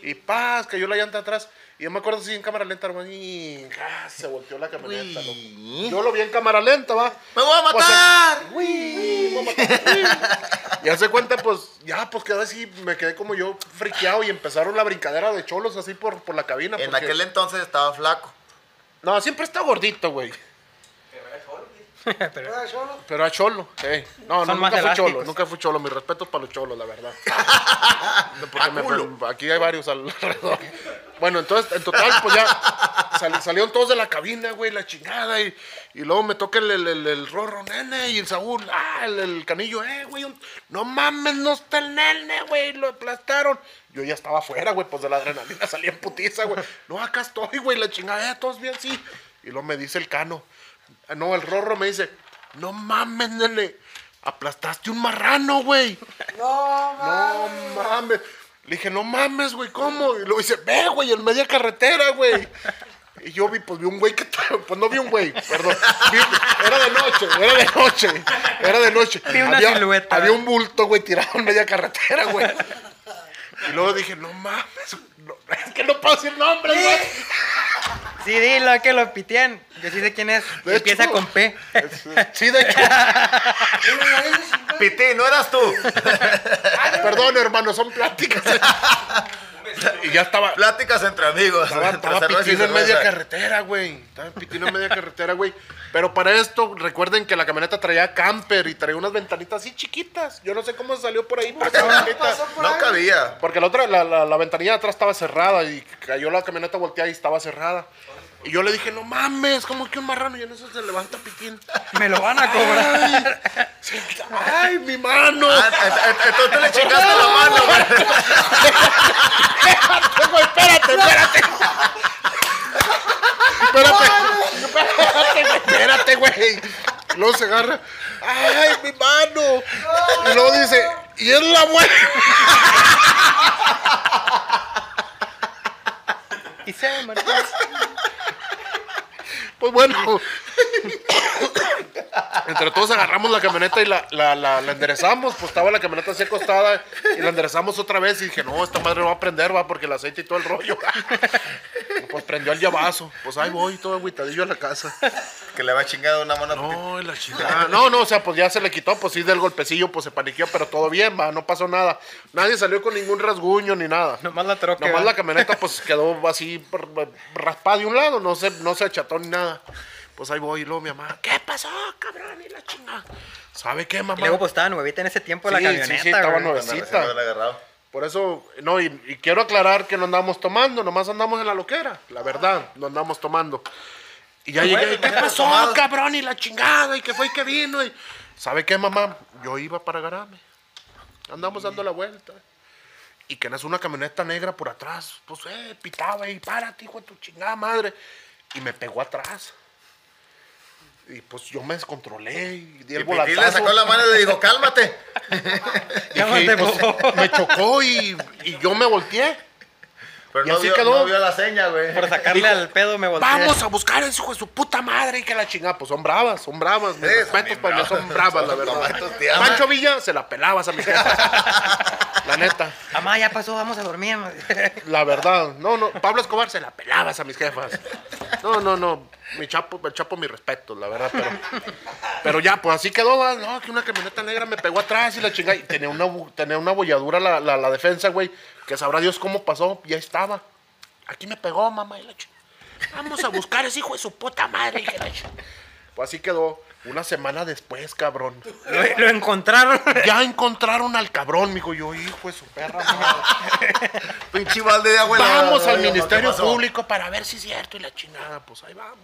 D: Y paz, cayó la llanta atrás. Y yo me acuerdo así en cámara lenta, hermano. Y ah, se volteó la camioneta,
A: Uy.
D: loco. Yo lo vi en cámara lenta, va.
A: ¡Me voy a
D: Pues,
A: matar!
D: ¡Uy! voy a matar, uy. Y hace cuenta, pues, ya, pues quedó así, me quedé como yo friqueado y empezaron la brincadera de cholos así por, por la cabina.
A: En
D: porque-
A: aquel entonces estaba flaco.
D: No, siempre está gordito, güey.
B: Pero
C: ¿Verdad, Cholo?
D: Pero a cholo, sí.
B: Son
D: No, no,
B: más
D: nunca fue
B: elásticos.
D: cholo, nunca fue cholo. Mis respetos para los cholos, la verdad.
A: A
D: Porque me-
A: culo.
D: aquí hay varios alrededor. Bueno, entonces, en total, pues ya sal- salieron todos de la cabina, güey, la chingada. Y, y luego me toca el, el, el- el rorro, nene, y el Saúl, ah, el, el canillo, eh, güey. un- No mames, no está el nene, güey, lo aplastaron. Yo ya estaba afuera, güey, pues de la adrenalina salía en putiza, güey. No, acá estoy, güey, la chingada, eh, todos bien, sí. Y luego me dice el cano, ah, no, el rorro me dice, no mames, nene, aplastaste un marrano, güey.
C: No,
D: No
C: mames.
D: mames. Le dije, no mames, güey, ¿cómo? Y luego dice, ve, güey, en media carretera, güey. Y yo vi, pues vi un güey que estaba- Pues no vi un güey, perdón. Vi- era de noche, era de noche. Era de noche.
B: Vi una
D: había,
B: silueta.
D: Había un bulto, güey, tirado en media carretera, güey. Y luego dije, no mames. no- es que no puedo decir nombres, güey.
B: sí, dilo que lo pitean. Yo sí sé quién es.
D: De
B: Empieza
D: hecho.
B: con P.
D: Sí, de hecho.
A: Piti, no eras tú.
D: Perdón, hermano, son pláticas. Y ya estaba,
A: Pláticas entre amigos.
D: Estaba,
A: entre
D: estaba
A: cerveza y
D: pitino en
A: cerveza.
D: media carretera, güey. Estaba pitino en media carretera, güey. Pero para esto, recuerden que la camioneta traía camper y traía unas ventanitas así chiquitas. Yo no sé cómo salió por ahí. Por esa ventanita.
C: Pasó por
A: No
C: ahí.
A: cabía.
D: Porque la otra, la, la, la ventanilla de atrás estaba cerrada y cayó la camioneta volteada y estaba cerrada. Y yo le dije, no mames, como que un marrano. Y en eso se levanta Pitín.
B: Me lo van a cobrar.
D: ¡Ay! Se- ¡Ay, mi mano!
A: Ah, ent- ent- Entonces tú le chingaste la mano, güey.
D: Espérate, güey, espérate, espérate. Espérate, espérate, güey, espérate, güey. Luego se agarra. ¡Ay, mi mano! Y luego dice, y es la buena.
B: Y se me
D: Pues bueno. Entre todos agarramos la camioneta y la, la- la- la enderezamos. Pues estaba la camioneta así acostada y la enderezamos otra vez. Y dije, no, esta madre no va a prender, va, porque el aceite y todo el rollo. Pues prendió al llavazo. Pues ahí voy, todo agüitadillo a la casa.
A: Que le va chingado una mano.
D: No, la chingada. Ah, No, no, o sea, pues ya se le quitó, pues sí, del golpecillo, pues se paniqueó, pero todo bien, va, no pasó nada. Nadie salió con ningún rasguño ni nada.
B: Nomás la troca.
D: Nomás la
B: ¿verdad?
D: camioneta, pues quedó así r- r- raspada de un lado, no se, no se acható ni nada. Pues ahí voy, y luego mi mamá, ¿qué pasó, cabrón? Y la chingada. ¿Sabe qué, mamá?
B: Y luego pues estaba nuevecita en ese tiempo la
D: Sí, sí, sí,
B: camioneta.
D: estaba
B: güey.
D: nueve.
A: Cuando
D: Cita.
A: recién me la agarraba.
D: Por eso, no, y, y quiero aclarar que no andamos tomando, nomás andamos en la loquera, la verdad, no andamos tomando. Y ya
A: Bueno,
D: llegué, ¿y ¿qué
A: imagínate
D: pasó,
A: tomados.
D: cabrón? Y la chingada, y que fue y que vino, y... ¿Sabe qué, mamá? Yo iba para Garame. Andamos dando la vuelta. Y que nace una camioneta negra por atrás. Pues, eh, pitaba y párate, hijo de tu chingada madre. Y me pegó atrás. Y pues yo me descontrolé y di
A: Y Piti
D: el volantazo.
A: le sacó la mano y le dijo, cálmate.
B: Cálmate,
D: Dije, pues,
B: bobo.
D: me chocó y, y yo me volteé.
A: Pero
D: Y
A: no
D: así
A: vio,
D: quedó.
A: no vio la seña, güey.
B: Por sacarle
D: Dijo,
B: al pedo me volteé.
D: Vamos a buscar a ese hijo de su puta madre y que la chingada. Pues son bravas, son bravas. Mis
A: Sí, son
D: respetos
A: bien
D: para mí, son
A: bravas.
D: bravas,
A: Son
D: la
A: bravas, te
D: verdad.
A: aman.
D: Pancho Villa se la pelabas a mis jefas. La neta,
B: Mamá, ya pasó, vamos a dormir.
D: la verdad. No, no, Pablo Escobar se la pelabas a mis jefas. No, no, no. Mi chapo, el chapo, mi respeto, la verdad. Pero, pero ya, pues así quedó. va, No, que una camioneta negra me pegó atrás y la chingada. Y tenía una, bu- tenía una bolladura la, la, la defensa, güey. Que sabrá Dios cómo pasó. Ya estaba. Aquí me pegó, mamá, y la chingada. Vamos a buscar a ese hijo de su puta madre. y que la chi- Pues así quedó. Una semana después, cabrón.
B: Lo, lo encontraron.
D: Ya encontraron al cabrón, mijo. Yo, hijo de su perra. madre.
A: Pinche balde de agua. helada,
D: vamos
A: güey,
D: al
A: ¿no? ¿Qué
D: Ministerio
A: pasó?
D: Público para ver si es cierto. Y la chingada, pues ahí vamos.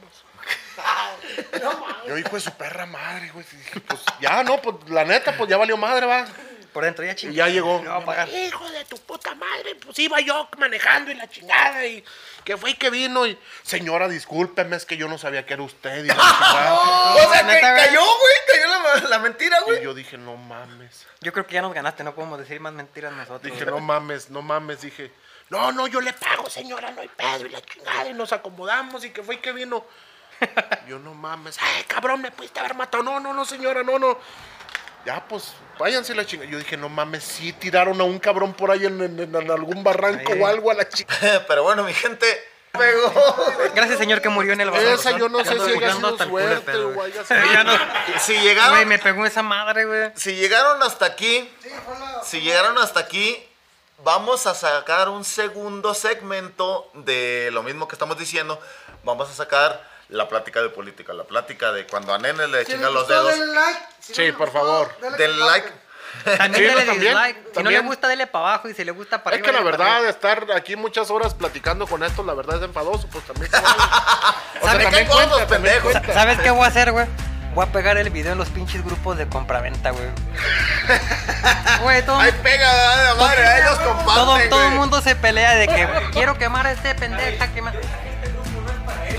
D: Yo, hijo de su perra madre, güey. Dije, Pues ya, no, pues la neta, pues ya valió madre, va.
B: Por dentro ya
D: Y
B: chingó.
D: ya llegó. pues,
B: No va a pagar.
D: Hijo de tu puta madre, pues iba yo manejando y la chingada y que fue y que vino y señora, discúlpeme, es que yo no sabía que era usted. Y la chingada.
A: O sea, que
B: neta, güey.
A: cayó, güey. Cayó la la, la mentira,
D: Y
A: güey.
D: yo dije, no mames.
B: Yo creo que ya nos ganaste, no podemos decir más mentiras nosotros.
D: Dije,
B: güey.
D: no mames, no mames. Dije, no, no, yo le pago, señora, no hay pedo. Y la chingada, y nos acomodamos. Y que fue y que vino. Yo, no mames. Ay, cabrón, me pudiste haber matado. No, no, no, señora, no, no. Ya, pues, váyanse la chingada. Yo dije, no mames, sí tiraron a un cabrón por ahí en, en- en algún barranco
B: Ahí.
D: o algo a la chingada.
A: Pero bueno, mi gente, pegó.
B: Gracias, señor, que murió en el balón.
D: Esa yo no sé
B: Ando
D: si haya
B: jugando
D: sido
B: hasta el culo de
D: suerte
B: pedo,
D: o
B: güey.
D: haya sido-
B: Ya no-
A: Si
B: Güey,
A: llegaron,
B: me pegó esa madre, güey.
A: si llegaron hasta aquí,
C: Sí, fue la.
A: si llegaron hasta aquí, vamos a sacar un segundo segmento de lo mismo que estamos diciendo. Vamos a sacar la plática de política, la plática de cuando a Nene le
C: Si les
A: chingan los
C: gustó,
A: dedos.
C: denle like. Si
D: Sí,
C: no les
D: por
C: gustó,
D: favor.
C: denle
A: Denle like.
B: También
D: Sí,
A: pues,
B: dele
D: no, también,
B: dislike. Si no le
D: también.
B: gusta, dele para abajo. Y si le gusta, para
D: es
B: arriba.
D: que la
B: dele pa'
D: verdad,
B: arriba.
D: estar aquí muchas horas platicando con esto, la verdad es enfadoso, pues también. se vale. O sea,
A: ¿Sabe qué
D: también
A: gordos,
D: cuenta, también
A: pendejos?
D: cuenta.
B: ¿Sabes qué voy a hacer, güey? Voy a pegar el video en los pinches grupos de compraventa, güey. Güey, todo,
A: Ay, pega, la madre, ahí los
B: todo,
A: comparten,
B: todo el
A: güey.
B: mundo se pelea de que quiero quemar a este pendejo. Quemar...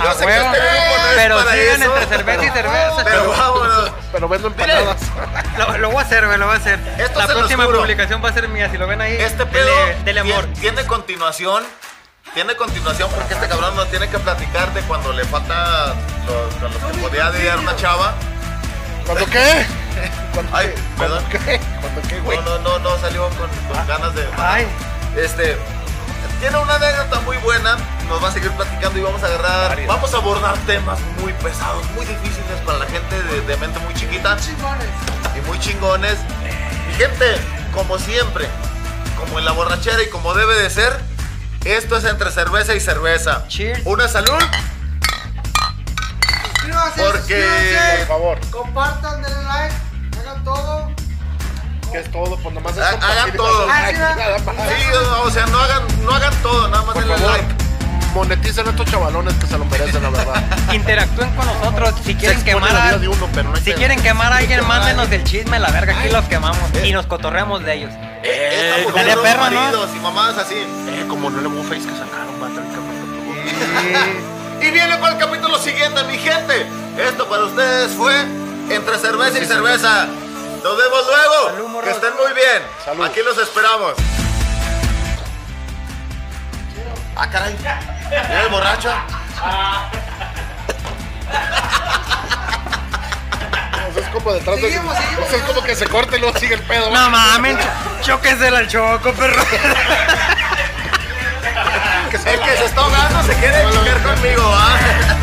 A: Yo
B: A
A: sé que
B: huevo.
A: este grupo no es
B: pero
A: para
B: sigan
A: eso.
B: entre cerveza y cerveza.
A: Pero vámonos.
D: Pero vendo empanadas.
B: Lo, lo voy a hacer, güey, lo voy a hacer.
A: Esto
B: la
A: se los
B: próxima
A: juro.
B: publicación va a ser mía, si lo ven ahí.
A: Este
B: dele-
A: pedo
B: dele amor.
A: tien- tiene continuación. Tiene continuación porque este cabrón nos tiene que platicar de cuando le falta lo, con lo que podía de dar una chava.
D: ¿Cuándo qué?
A: Ay, perdón.
D: ¿Qué? ¿Cuándo qué, güey? Ah.
A: No, no, no, no salió con, con ganas de.
B: Ay,
A: Este. Tiene una anécdota muy buena. Nos va a seguir platicando y vamos a agarrar.
B: Varios.
A: Vamos a abordar temas muy pesados, muy difíciles para la gente de, de mente muy chiquita
C: Chingones.
A: y muy chingones. Mi gente, como siempre, como en la borrachera y como debe de ser, esto es entre cerveza y cerveza.
B: Cheers.
A: Una salud.
C: Suscríbanse.
A: Porque-
C: suscríbanse.
D: Por favor,
C: Compartan, denle like. Hagan todo.
D: que es todo, pues nomás es
A: Ha-
D: compartir
A: hagan
D: y
A: todo.
D: darle like,
C: Ah, sí,
D: nada
C: va.
D: más.
A: Sí, o sea, no hagan, no hagan todo, nada más
D: Por
A: denle
D: favor,
A: like.
D: moneticen a estos chavalones que se lo merecen, la verdad.
B: interactúen con nosotros. Si quieren
D: Se expone
B: quemar
D: la vida
B: a,
D: de uno, pero no hay
B: si
D: pedo.
B: quieren quemar a alguien, mándenos el chisme, la verga. Aquí los quemamos y nos cotorreamos de ellos.
A: Esta mujer,
B: estaría
A: dos
B: perro, ¿no?
A: maridos y mamadas así.
D: Eh, como no le hubo face que sacaron, va a tener que meter todo.
A: Y viene para el capítulo siguiente, mi gente. Esto para ustedes fue entre cerveza y cerveza. Nos vemos luego.
B: Salud, morros.
A: que estén muy bien.
D: Salud.
A: Aquí los esperamos. Ah, caray. Mira el borracho.
D: O sea, Pues es como detrás de.
C: Seguimos, seguimos.
D: o sea, es como que se corte y luego sigue el pedo.
B: No mames, choquesela al choco, perro.
A: El que se está ahogando se quiere comer conmigo. ¿ah?